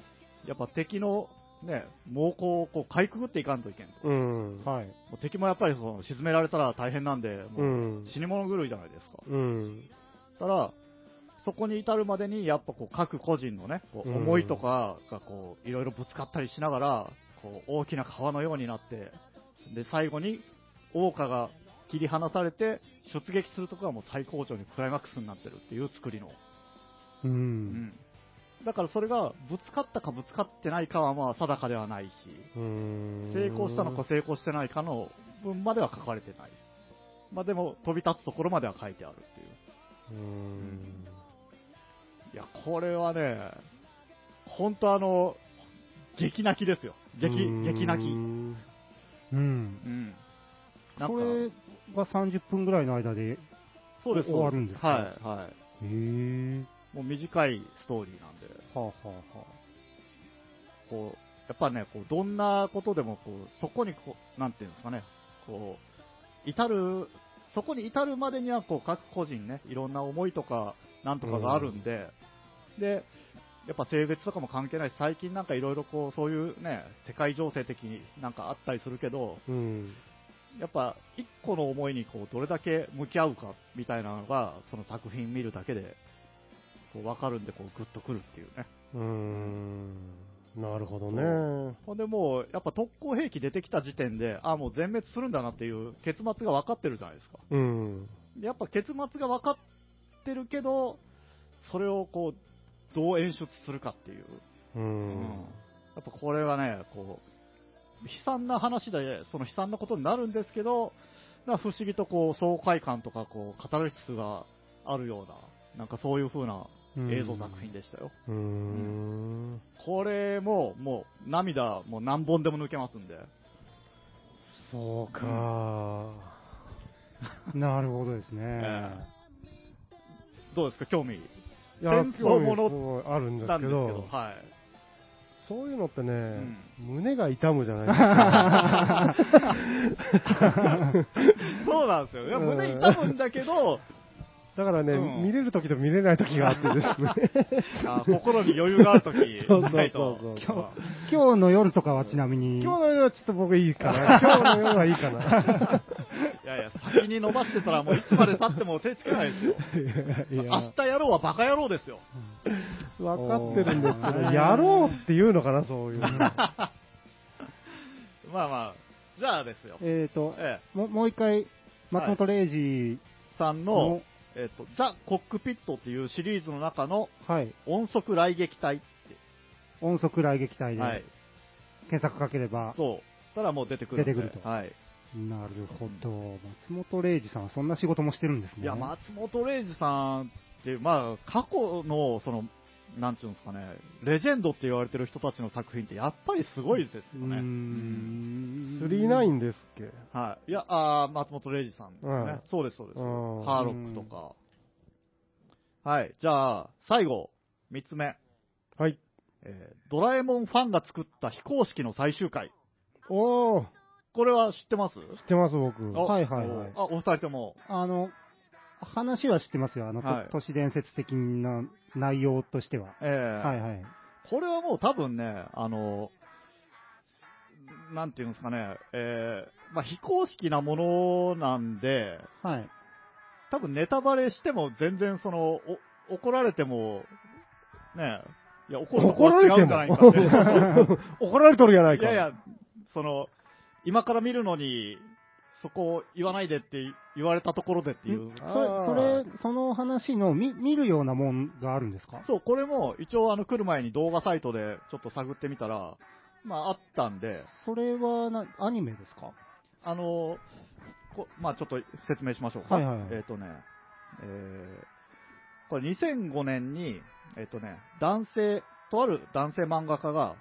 やっぱ敵のね、猛攻をこうかいくぐっていかんといけんと。
うん。
はい。
もう敵もやっぱりその沈められたら大変なんで、
う。
もうん死に物狂いじゃないですか。
うん。
たら、そこに至るまでに、やっぱこう各個人のね、こう
うん
思いとかがこういろいろぶつかったりしながら、こう大きな川のようになって、で、最後に、桜花が切り離されて、出撃するところはもう最高潮にクライマックスになってるっていう作りの。う
う。
んん。だからそれが、ぶつかったかぶつかってないかはまあ定かではないし、
うん。
成功したのか成功してないかの分までは書かれてない。まあでも、飛び立つところまでは書いてあるっていう。
うん。
いや、これはね、本当あの、激泣きですよ。激、激泣き。う
うん。
うん。
ん。なんか
そ、れが30分ぐらいの間で、
そうです、
終わるんですか
はい、は
へー
い。もう短いストーリーなんで、
はあはあは
こう、やっぱね、こう、どんなことでも、こう、そこにこう、なんていうんですかね、こう、至る、そこに至るまでには、こう、各個人ね、いろんな思いとか、なんとかがあるんで、で、やっぱ性別とかも関係ないし、最近なんかいろいろこう、そういうね、世界情勢的になんかあったりするけど、
うん。
やっぱ、一個の思いにこう、どれだけ向き合うか、みたいなのが、その作品見るだけで、こう、わかるんで、こう、グッとくるっていうね。
うん。なるほどね。
ほんでもう、やっぱ特攻兵器出てきた時点で、あもう全滅するんだなっていう結末が分かってるじゃないですか。
うん。
でやっぱ結末が分かってるけど、それをこう、どう演出するかっていう。
う
うん
ん。
やっぱこれはね、こう、悲惨な話で、その悲惨なことになるんですけど、なんか不思議とこう、爽快感とか、こう、カタルシスがあるような、なんかそういう風な映像作品でしたよ。
うん。
これも、もう、涙、もう何本でも抜けますんで。
そうか。
あ。なるほどです
え
ね。
えどうですか、興味
いや、
戦
興
争
味
もの
すごいあるんです
なん
け
ですけど
ど、、
はい。
そういうのってね、
ん
胸が痛むじゃないですか。
そうなんですよ。いや胸痛むんだけど、
だからね、
うん
見れる時と見れない時があってです ね。
あ心に余裕があるとき
そうそうそうそう
ないと。
今日の夜とかはちなみに、
今日の夜はちょっと僕いいか な。今日の夜はいいかな。
いやいや、先に飲ませてたら、もういつまで経っても手つけないですよ。
いや
明日やろうはバカ野郎ですよ。
分かってるんですけど
お、ー
やろうっていうのかな、そういう の。
まあまあ、じゃあですよ。
えっ、と、
ええ、
ももう一回、松本零士
さん
の
の、、えっと、ザ・コックピットっていうシリーズの中の
はい、
音速雷撃隊っ
音速雷撃
て、
隊
はい
で、検索かければ、
そう。たらもう出てくるんで。
出てくると
はい。
なるほど、松本零士さんはそんな仕事もしてるんですね。
いや、松本零士さんって、まあ、過去の、その、なんていうんですかね、レジェンドって言われてる人たちの作品って、やっぱりすごいです
う
よ
ー
ね。
ん、
39ですっけ
はい。いや、あー松本零士さんです
う
ね、
ん
そうです、そうです。
うん
ハーロックとか。はい。じゃあ、最後、三つ目。
はい。
えードラえもんファンが作った非公式の最終回。
おー、知
これは知ってます
ってます、僕。
あ
はいはいはい
あ、お二人とも。
あの、話は知ってますよ、あの、と
はい
都市伝説的な内容としては。
えー
はいはい。
これはもう多分ね、あの、なんていうんですかね、えーまあ、非公式なものなんで、
はい。
多分ネタバレしても全然その、お怒られても、ね、いや、怒るとこ
怒ら
は
れ
違
て
うんじゃないか
も
っ
怒られとるやない
て。
か。
いやいや、その、今から見るのに、そこを言わないでって言われたところでっていう。
あー
それ、それ、その話の見見るようなもんがあるんですか
そう、これも一応あの来る前に動画サイトでちょっと探ってみたら、まああったんで、
それはな、アニメですか
あのこまあちょっと説明しましょうか。
はいはいはい
えっ、とね、えーこれ2005年に、えっ、とね、男性、とある男性漫画家が、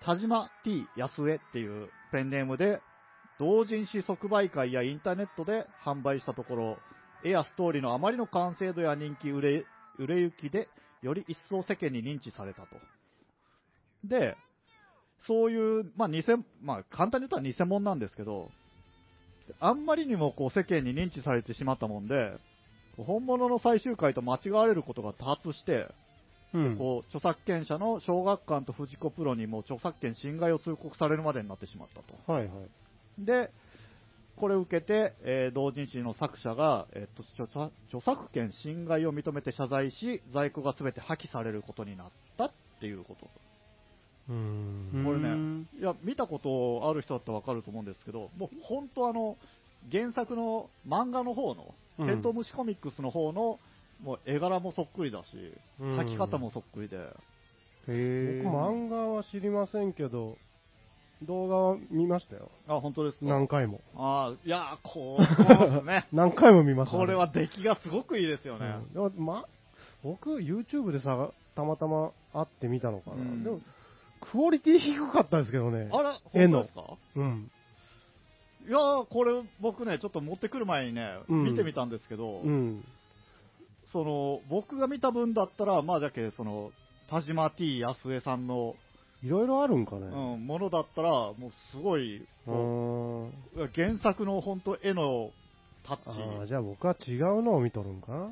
田島 T 安江っていうペンネームで、同人誌即売会やインターネットで販売したところ、絵やストーリーのあまりの完成度や人気売れ、売れ行きで、より一層世間に認知されたと。で、そういう、まあ、偽、まあ、簡単に言ったら偽物なんですけど、あんまりにもこう世間に認知されてしまったもんで、本物の最終回と間違われることが多発して、
うん
こう著作権者の小学館と藤子プロにもう著作権侵害を通告されるまでになってしまったと。
はいはい。
で、これを受けて、えー同人誌の作者が、えっと著作著作権侵害を認めて謝罪し、在庫が全て破棄されることになったっていうこと。
うーん。
これね
ね。
いや、見たことある人だったらわかると思うんですけど、もう本当あの、原作の漫画の方の、
うん
テントウムシコミックスの方の、もう絵柄もそっくりだし、
うん
描き方もそっくりで、
僕漫画は知りませんけど、動画は見ましたよ。
あ、本当ですか。
何回も。。
あーいやー、こう、こうですね
何回も見ました。
これは出来がすごくいいですよ
う
ね。
ん。でもま、僕、YouTube でさ、たまたま会ってみたのかな。
うん
でも、クオリティ低かったですけどね。
あら、
絵
本当
の
ですか
うん。
いやー、これ僕ね、ちょっと持ってくる前にね、
うん
見てみたんですけど、
うん。
その、僕が見た分だったら、まあ、じゃけ、その、田島 T 安江さんの、
いろいろあるんかね。
うん、ものだったら、もうすごい、
う
も
ーん。
う原作の本当絵のタッチ。
ああ、じゃあ僕は違うのを見とるんかな。
あー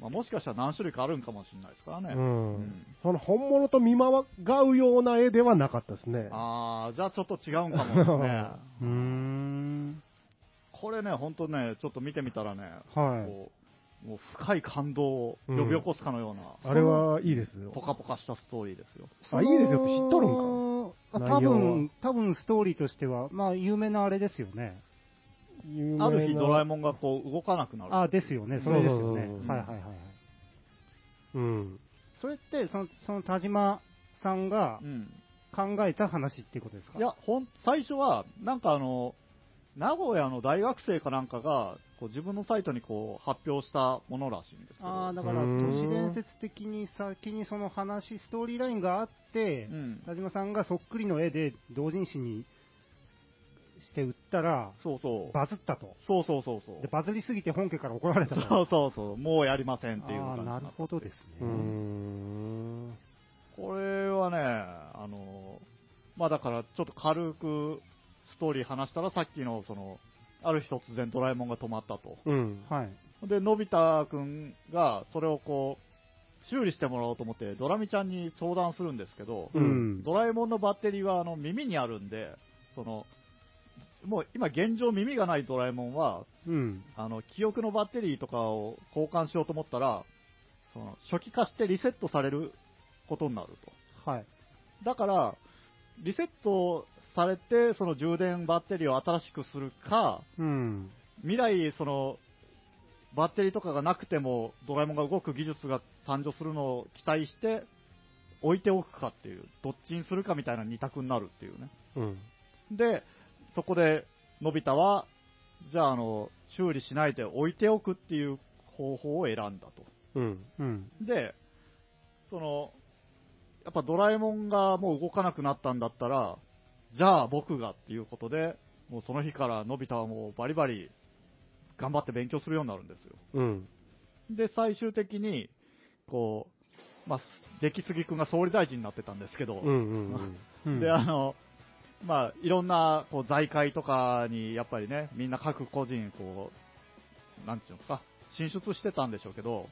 まあ、もしかしたら何種類かあるんかもしれないですからね。
うん
うん
その本物と見まがうような絵ではなかったですね。
ああ、じゃあちょっと違うんかもですね。
うーん。
これね、本当ね、ちょっと見てみたらね、
はい。
こう、もう深い感動を呼び起こすかのような、
あれはいいですよ。
ポカポカしたストーリーですよ。
あ、いいですよって知っとるんか。
ん
内
多
容は
分、多分ストーリーとしては、まあ、有名なあれですよね。
有名な
ある日ドラえもんがこう動かなくなる。
あ、ですよね。それですよね。
そうそうそうそう
はいはいはいはい。
うん。
それって、その、その田島さんが
うん。
考えた話っていうことですか
いや、ほん、最初は、なんかあの、名古屋の大学生かなんかが、こう自分のサイトにこう発表したものらしいんですけど。
ああ、だから、
うーん
都市伝説的に先にその話、ストーリーラインがあって、
うん。
田島さんがそっくりの絵で同人誌にして売ったら、
そうそう。
バズったと。
そうそうそうそう
で、。バズりすぎて本家から怒られたと。
そうそうそう。もうやりませんっていう
あ
感
あ、
じに
な
な
る
る。
ほどです
うー
ね。
ん。
これはね、あの、まあだからちょっと軽くストーリー話したらさっきのその、ある日突然ドラえもんが止まったと。
うん。
はい。
で、のび太くんが、それをこう、修理してもらおうと思って、ドラミちゃんに相談するんですけど、
うん
ドラえもんのバッテリーは、あの、耳にあるんで、その、もう今現状耳がないドラえもんは、
うん。
あの、記憶のバッテリーとかを交換しようと思ったら、その、初期化してリセットされることになると。
はい。
だから、リセットされて、その充電バッテリーを新しくするか、
うん。
未来、その、バッテリーとかがなくても、ドラえもんが動く技術が誕生するのを期待して、置いておくかっていう、どっちにするかみたいな二択になるっていうね。
うん。
で、そこで、のび太は、じゃあ、あの、修理しないで置いておくっていう方法を選んだと。
うん。
うん。
で、その、やっぱドラえもんがもう動かなくなったんだったら、じゃあ僕がっていうことで、もうその日からのび太はもうバリバリ頑張って勉強するようになるんですよ。
うん。
で、最終的に、こう、まあ、出来すぎくんが総理大臣になってたんですけど、
うん。
うん
で、あの、まあ、いろんな、こう、財界とかに、やっぱりね、みんな各個人、こう、なんていうのか、進出してたんでしょうけど、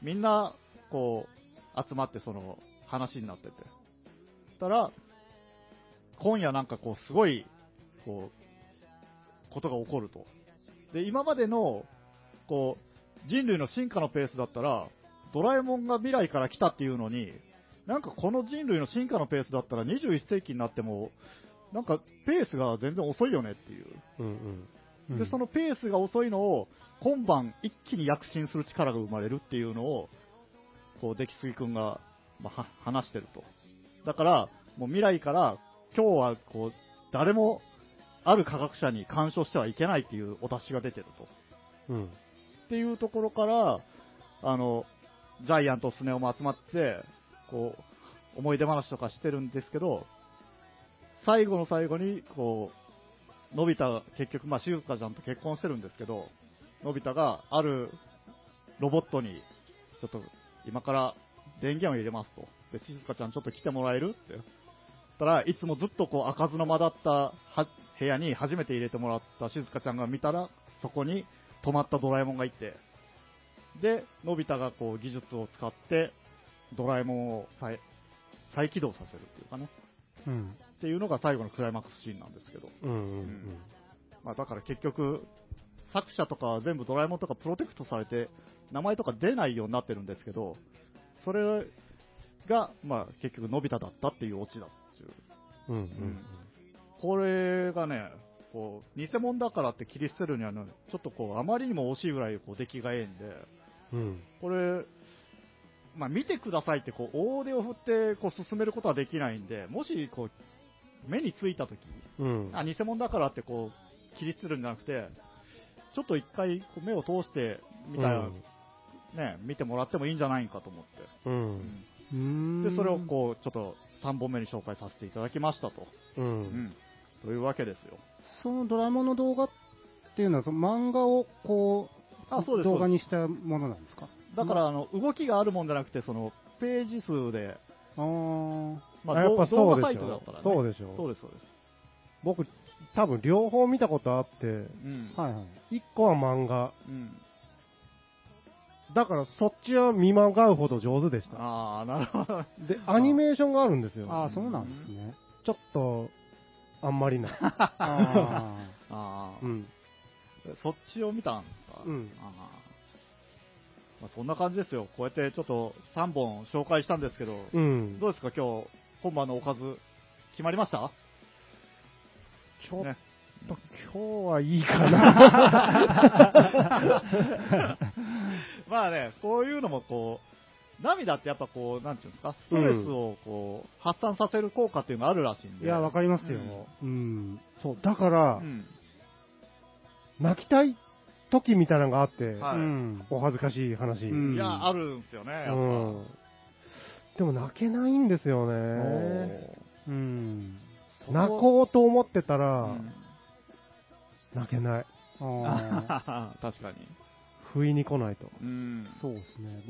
みんな、こう、集まって、その、話になってて。たら、今夜なんかこう、すごい、こう、ことが起こると。で、今までの、こう、人類の進化のペースだったら、ドラえもんが未来から来たっていうのに、なんかこの人類の進化のペースだったら21世紀になっても、なんかペースが全然遅いよねっていう。
うん。
で、そのペースが遅いのを、今晩一気に躍進する力が生まれるっていうのを、こう、出来すぎくんが、まあは話してると。だから、もう未来から、今日はこう、誰も、ある科学者に干渉してはいけないっていうお達しが出てると。
うん。
っていうところから、あの、ジャイアントスネ夫も集まって、こう、思い出話とかしてるんですけど、最後の最後に、こう、のび太が、結局、まあ、静香ちゃんと結婚してるんですけど、のび太があるロボットに、ちょっと、今から電源を入れますと。で、静香ちゃんちょっと来てもらえるって。たら、いつもずっとこう、開かずの間だったは部屋に初めて入れてもらった静香ちゃんが見たら、そこに止まったドラえもんがいて、で、のび太がこう技術を使って、ドラえもんを再再起動させるっていうかね、
うん。
っていうのが最後のクライマックスシーンなんですけど、
うん。
まあ、だから結局、作者とかは全部ドラえもんとかプロテクトされて、名前とか出ないようになってるんですけど、それが、まあ、結局、のび太だったっていうオチだっていう。
うん。
これがね、こう、偽物だからって切り捨てるにはね、ちょっとこう、あまりにも惜しいぐらいこう出来がええんで、
うん。
これ、まあ、見てくださいってこう大手を振ってこう進めることはできないんで、もしこう目についたとき、
うん。
あ、偽物だからってこう切り捨てるんじゃなくて、ちょっと一回こう目を通してみたいな、ね、見てもらってもいいんじゃないかと思って、
うん。
うーん
でそれをこうちょっと3本目に紹介させていただきましたと。
う。
うんん、というわけですよ。
そのドラえもんの動画っていうのは、その漫画をこう、
あそうです
動画にしたものなんですか
だからあの動きがあるもんじゃなくて、そのページ数で、
あー
ま
やっぱ
動
そう
画
で
サイ
し
トだっ
ょ
たらね。。
そうでし
そう
ょ。
です、そうです。
僕、多分両方見たことあって、
うん。
はいはい。
一個は漫画。
うん
だからそっちは見まがうほど上手でした。
ああ、なるほど。
で、アニメーションがあるんですよ。
ああ、そうなんですね。
ちょっと、あんまりな。
あ
ああ、
うん。
そっちを見たんですか。
うん
あーまあ、そんな感じですよ。こうやってちょっと3本紹介したんですけど、
うん。
どうですか、今日、今晩のおかず、決まりました
ちょっ
ね
と今日はいいかな。
まあね、こういうのもこう、涙ってやっぱこう、なんていうんですか、ストレスをこう、発散させる効果っていうのがあるらしいん
あ。
で。
いや、わかりますよ。うん。
そう、だから
う、ん。
泣きたい時みたいなのがあって、
は
う
い
ん。
お恥ずかしい話。
う
うん
ん
いや、あるんですよね、やっぱ。お
でも泣けないんですよね。
ー
うん。
そ
泣こうと思ってた
う
ら、
ん
泣けない。
あ あ。
確かに。
不意に来ないと。
うん。
そうですね。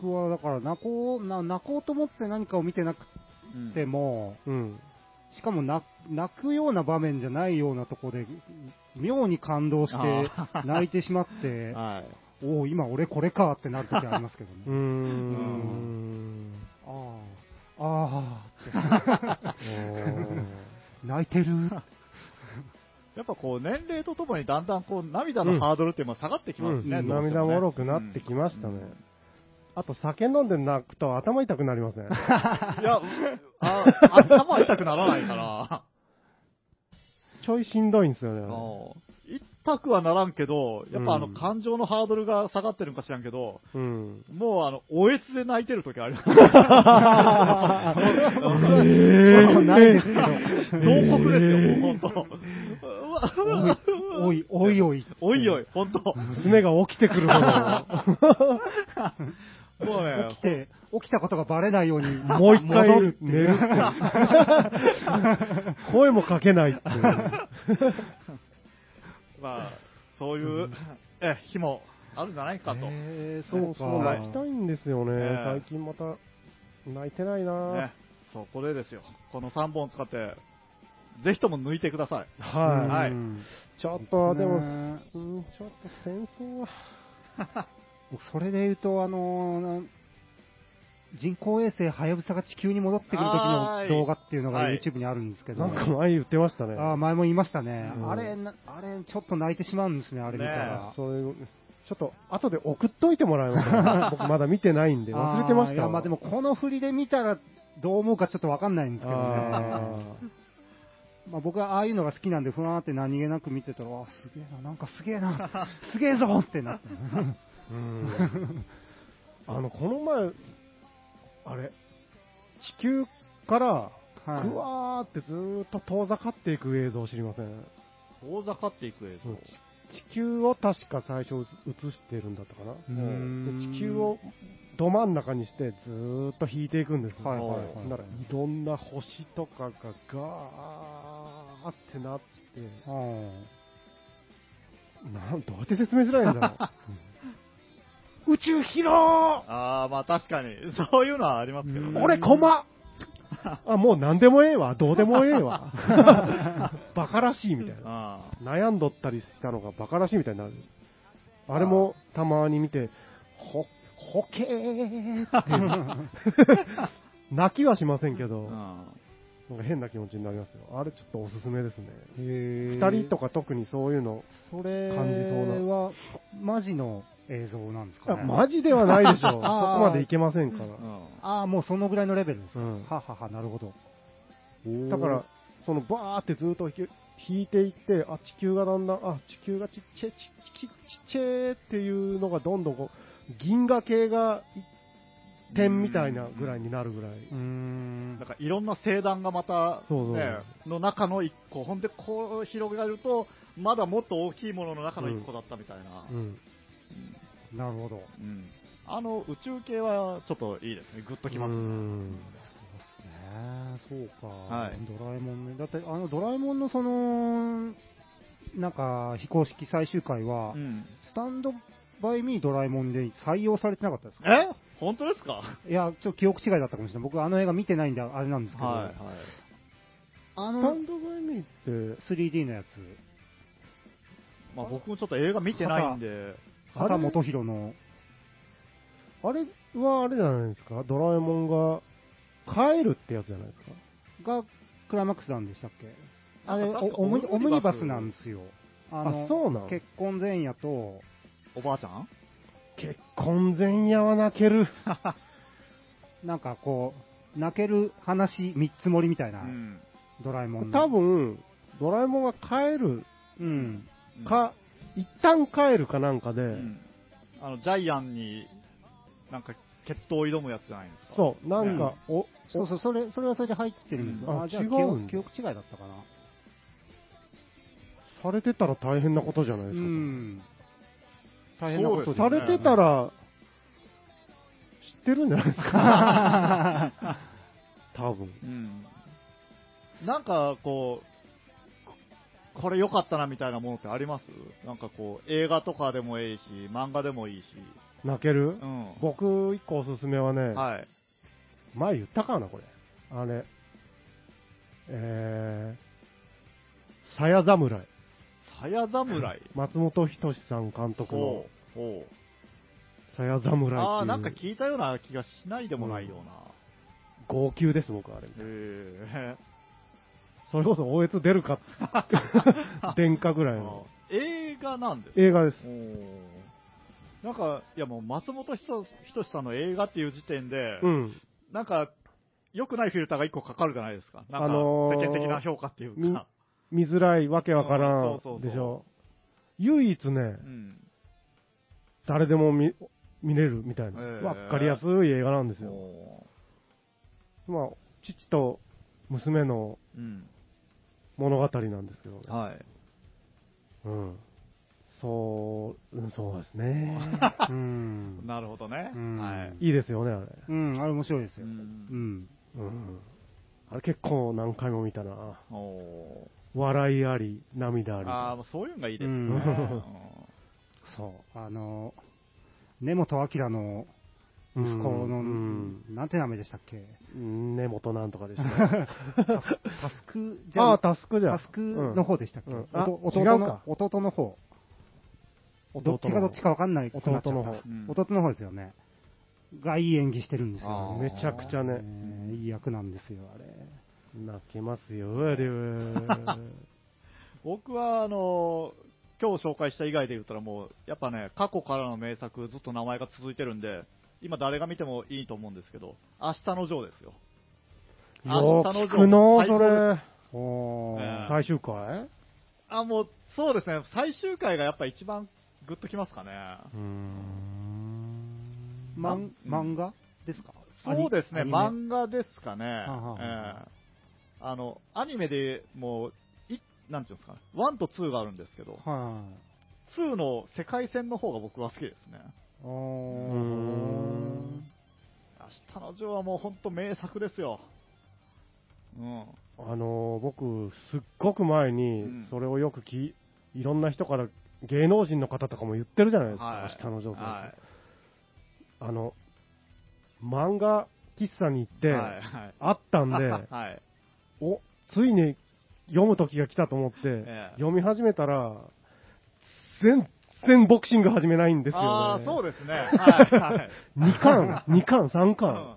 僕は、だから、泣こう、な泣こうと思って何かを見てなく
うん
ても、
うん。
しかも泣泣くような場面じゃないようなとこで、妙に感動して
あー
泣いてしまって、
はい。
おお、今俺これかってなる時ありますけど
うー
ね。
ん。
ああ、あ
おー
あ、泣いてる。
やっぱこう、年齢とともにだんだんこう、涙のハードルっていうのは下がってきますね、
うん
どうして
涙
もね
もろくなってきましたね
うんうん
あと酒飲んで泣くと頭痛くなりません
いや、あ頭痛くならないから。
ちょいしんどいんですよね
あ。の痛くはならんけど、やっぱあの、
うん
感情のハードルが下がってるんか知らんけど、
うん。
もうあの、おえつで泣いてる時ある。
そうないですけど。
同国ですよ、もうほんと。うわ
おい、おいおい。
おいおい、ほんと。も
娘が起きてくるほど。
うね
起き、て、起きたことがバレないように、
もう一回
戻る
寝るっていう。 声もかけないっていう。
まあ、そういう、え、日もあるんじゃないかと。ね
えー
そうそう。
はい
泣きたいんですよね。
ええ
最近また泣いてないな
そう、これですよ。この3本使って、ぜひとも抜いてください。
はい。
はい
うん
ちょっと、でも、
ね
うん、ちょっと戦争は。
僕それで言うと、あのーなん人工衛星はやぶさが地球に戻ってくる時
は
の
い
動画っていうのが
はい
YouTube にあるんですけど、
なんか前言ってましたね。
あー前も言いましたね、
うん
あれな、あれ、ちょっと泣いてしまうんですね、あれ見たら。
それちょっと、後で送っといてもらえますか 僕まだ見てないんで、忘れてまし
あーい
た
や
わ。
まあでも、この振りで見たらどう思うかちょっとわかんないんですけど
あ
ね。
ー
まあ、僕はああいうのが好きなんで、ふわーって何気なく見てたら、わあすげえな、なんかすげ えな、すげえぞってなって。
うんあの、この前、あれ、地球から、
はい
ぐわーってずーっと遠ざかっていく映像を知りません。
遠ざかっていく映像。
地球を確か最初映してるんだったかな。
うーん
で地球をど真ん中にしてずーっと引いていくんです。
はいはいはい
だからいろんな星とかがガーってなって、
うん
なんどうやって説明すればいいんだろう。宇宙広
ああ、まあ確かに、 そういうのはありますけど
うん
ね。
俺駒あ、もう何でもええわ、どうでもええ わ。バカらしいみたいな。
あ
悩んどったりしたのがバカらしいみたいになる。あれもたまに見て、ほ、ほけーっていう。泣きはしませんけ
ー
ど、
うん
なんか変な気持ちになりますよ。あれちょっとおすすめですね。
二
二人とか特にそういうの、
それ
感じそう
はマジの映像なんですかね
マジではないでしょう。そこ
あー
までいけませんから。
う
ああもうそのぐらいのレベルですか、
うん
はははなるほど
ん
だから、、そのバーってずっと引き引いていって、あ、地球がだんだん、あ、地球がちっちゃい、ちちちっちゃいっていうのがどんどんこう、銀河系が点みたいなぐらいになるぐらい。
ん
なんかいろんな星団がまた、
そうそう
ね、の中の一個、ほんでこう広げると、まだもっと大きいものの中の一個だったみたいな、
うん。
なるほど
うんあの宇宙系はちょっといいですね、グッときます。
うん
そうですねそうか、
はい
ドラえもんねだってあのドラえもんのそのなんか非公式最終回は、
うん
スタンドバイミードラえもんで採用されてなかったですか
え本当ですか
いやちょっと記憶違いだったかもしれない僕あの映画見てないんであれなんですけど、
はい。
あ
スタ
の
ンドバイミーって、
3D のやつ
まあ僕もちょっと映画見てないんで、
あれ
畑基博の
あれはあれじゃないですかドラえもんが帰るってやつじゃないですか
がクライマックスなんでしたっけあれ
なんか確か
おオムニ
オム
オム
ニ
ニ
バ
バ
ス
スなんですよあ
あ、そうなの
結婚前夜と
おばあちゃん
結婚前夜は泣ける。
なんかこう泣ける話三つ盛りみたいな、
うん
ドラえもんの
多分、ドラえもんが帰る
うん
か、一旦帰るかなんかで、
うんあの、ジャイアンに、なんか、決闘を挑むやつじゃないんですか。
そう、なんか、お、
そうそうそれそれはそれで入ってるんですけど、
うん
あ
あ
じゃあ
違
記
うん
憶記憶違いだったかな
されてたら大変なことじゃないで
う
すか。
ん大変なことです
さ
ね
れてたら、知ってるんじゃないですか。多分。
うんなんか、こう、これ良かったなみたいなものってありますなんかこう、映画とかでもいいし、漫画でもいいし。
泣ける
うん。
僕、一個おすすめはね、
はい。
前言ったかな、これ。あれ。えー、鞘侍。
鞘侍。
松本人志さん監督の
ほう。ほ
鞘侍って
う。
いう。
ああ、なんか聞いたような気がしないでもないような。
号泣です、僕はあれ。
へえ。
それこそ、大越出るか、殿下ぐらいの。
映画なんです
映画です。
おーなんか、いやもう松本人志さんの映画っていう時点で、
うん。
なんか、良くないフィルターが一個かかるじゃないですか。なんか、
あのー
世間的な評価っていうか。
見づらい、わけわか
う
ら
んそうそうんそう
でしょ。唯一ね
う、ん。
誰でも見、見れるみたいな。
へー
わかりやすい映画なんですよ。
お
まあ、父と娘の
ーうん。
物語なんですけどね。
はい。
うん。そう、うんそうですね。 うん。
なるほどね。
うん
はい。
いいですよね、あれ。
うん、あれ面白いで
う。
すよ。うんん。
うん。あれ結構何回も見たな。
おー
笑いあり、涙
あ
あ
あ、もうそういうのがいいですね。
うんそう、あの、根本明の
り。
息子の、
うん。
なんて名前でしたっけ
うん根本なんとかでした。
タスク じ
あ
ゃ
あ、タスクじゃん。
タスクの方でしたっけ、
うん
おと
あ
弟
違う
の
か
弟の方。
弟
ど
の
っちがどっちかわかんないくなっちゃった
弟の方
うん
弟の方ですよね。がいい演技してるんです
あ
よ、
ー
めちゃくちゃね。
ねいい役なんですよ、あれ。
泣けます よ、あれは。
僕は、あのー今日紹介した以外で言ったらもう、やっぱね、過去からの名作、ずっと名前が続いてるんで、今誰が見てもいいと思うんですけど、明日のジョーですよ。
よ
明
う
日
聞
のジョー
くの、
最
そ
高
れ。
お
え
ー。
最終回
あ、もう、そうですね、最終回がやっぱ一番グッときますかね。
うん。
ま
うん
ん漫画ですか
そうですね、
アニメ
漫画ですかね。
はは
ええあの、アニメでもう、いなんていうんですかね、1と2があるんですけど、
は
2の世界戦の方が僕は好きですね。
い。お
ー
ー。
明日のジョーはもう本当名作ですよ。うん。
あのー僕、すっごく前
う
に
ん、
それをよくき、いろんな人から、芸能人の方とかも言ってるじゃないですか、
はい
明日の女性、
は
あの、漫画喫茶に行っ
い。
て、
はいはい
あったんで、
はい。
お、ついに読む時が来たと思って、
ええ
読み始めたら、全然ボクシング始めないんですよね。
ああ、そ うですね。はい。はい。
2巻、2巻、3
う
巻
ん、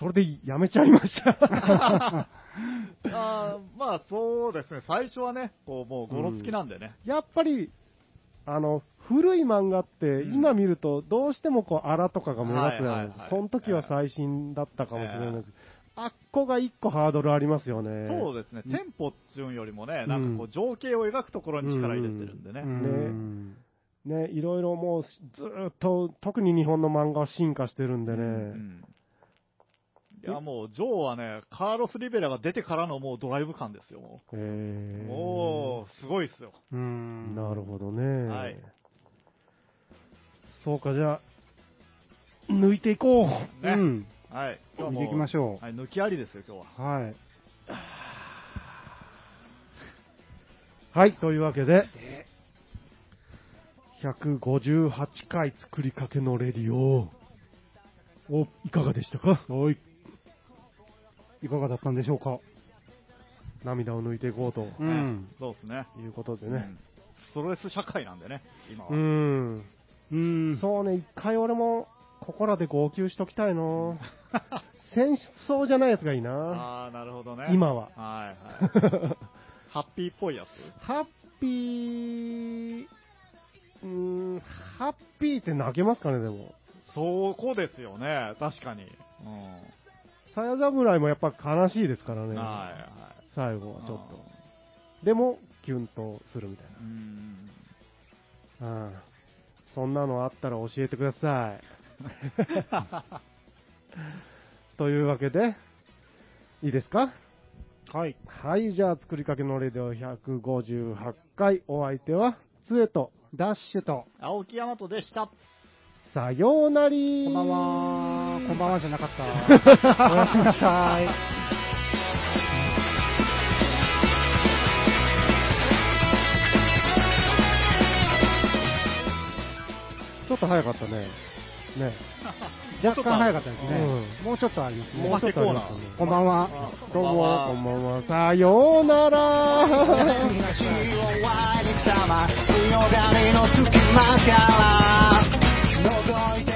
それでやめちゃいました。
あーまあそうですね、最初はね、こうもうゴロつきなんでね。
やっぱり、あの、古い漫画って、
うん
今見ると、どうしてもこう、荒とかが目立つじゃないです
はいはいは
か
い。
その時は最新だったかもしれないです。あっこが一個ハードルありますよね。
そうですね、テンポっていうんよりもね、なんかこう情景を描くところに力入れてるんでね。
うん
ね、いろいろもう、ずーっと、特に日本の漫画は進化してるんでね。
うんいやもう、ジョーはね、カーロス・リベラが出てからのもうドライブ感ですよ、もう。
へー
もう、すごいですよ。
うん。
なるほどね。
はい
そうか、じゃあ、抜いていこう。
ね。
うん。
はい。
見ていきまし
ょ
ょ
はい、抜きありですよ、今日は。
う。はい。
はい、というわけで、158回作りかけのレディオ、お、いかがでしたか
はい。いかがだったんでしょうか
涙を抜いていこうと
うん
ね。そうですね。
いうことで
う
ね
ん。ストレス社会なんでね、今は。
うん。
うん。
そうね、一回俺も、ここらで号泣しときたい な戦争じゃないやつがいいな
ああ、なるほどね。
今は。
はいはい。ハッピーっぽいやつ
ハッピー、うーん、ハッピーって泣けますかね、でも。
そこですよね、確かに。うん。
さや侍もやっぱ悲しいですからね。
はいは。
最後はいちょっと。でも、キュンとするみたい
うん
な。うん。そんなのあったら教えてください。というわけで、いいですか
はい。
はい、じゃあ、作りかけのレディオ158回、お相手は、つえと、
ダッシュと、
青木大和でした。
さようなり
こんばんは。こんばんはじゃな かった。おやすみなさい。
ちょっと早かったね。ね。
若干早かったですね、
う
もうちょっとありますね
もうちょっとあり
ますね
こんばんは
あ
どうも、こん
こ
ばんは。さような ら。
の隙間から覗い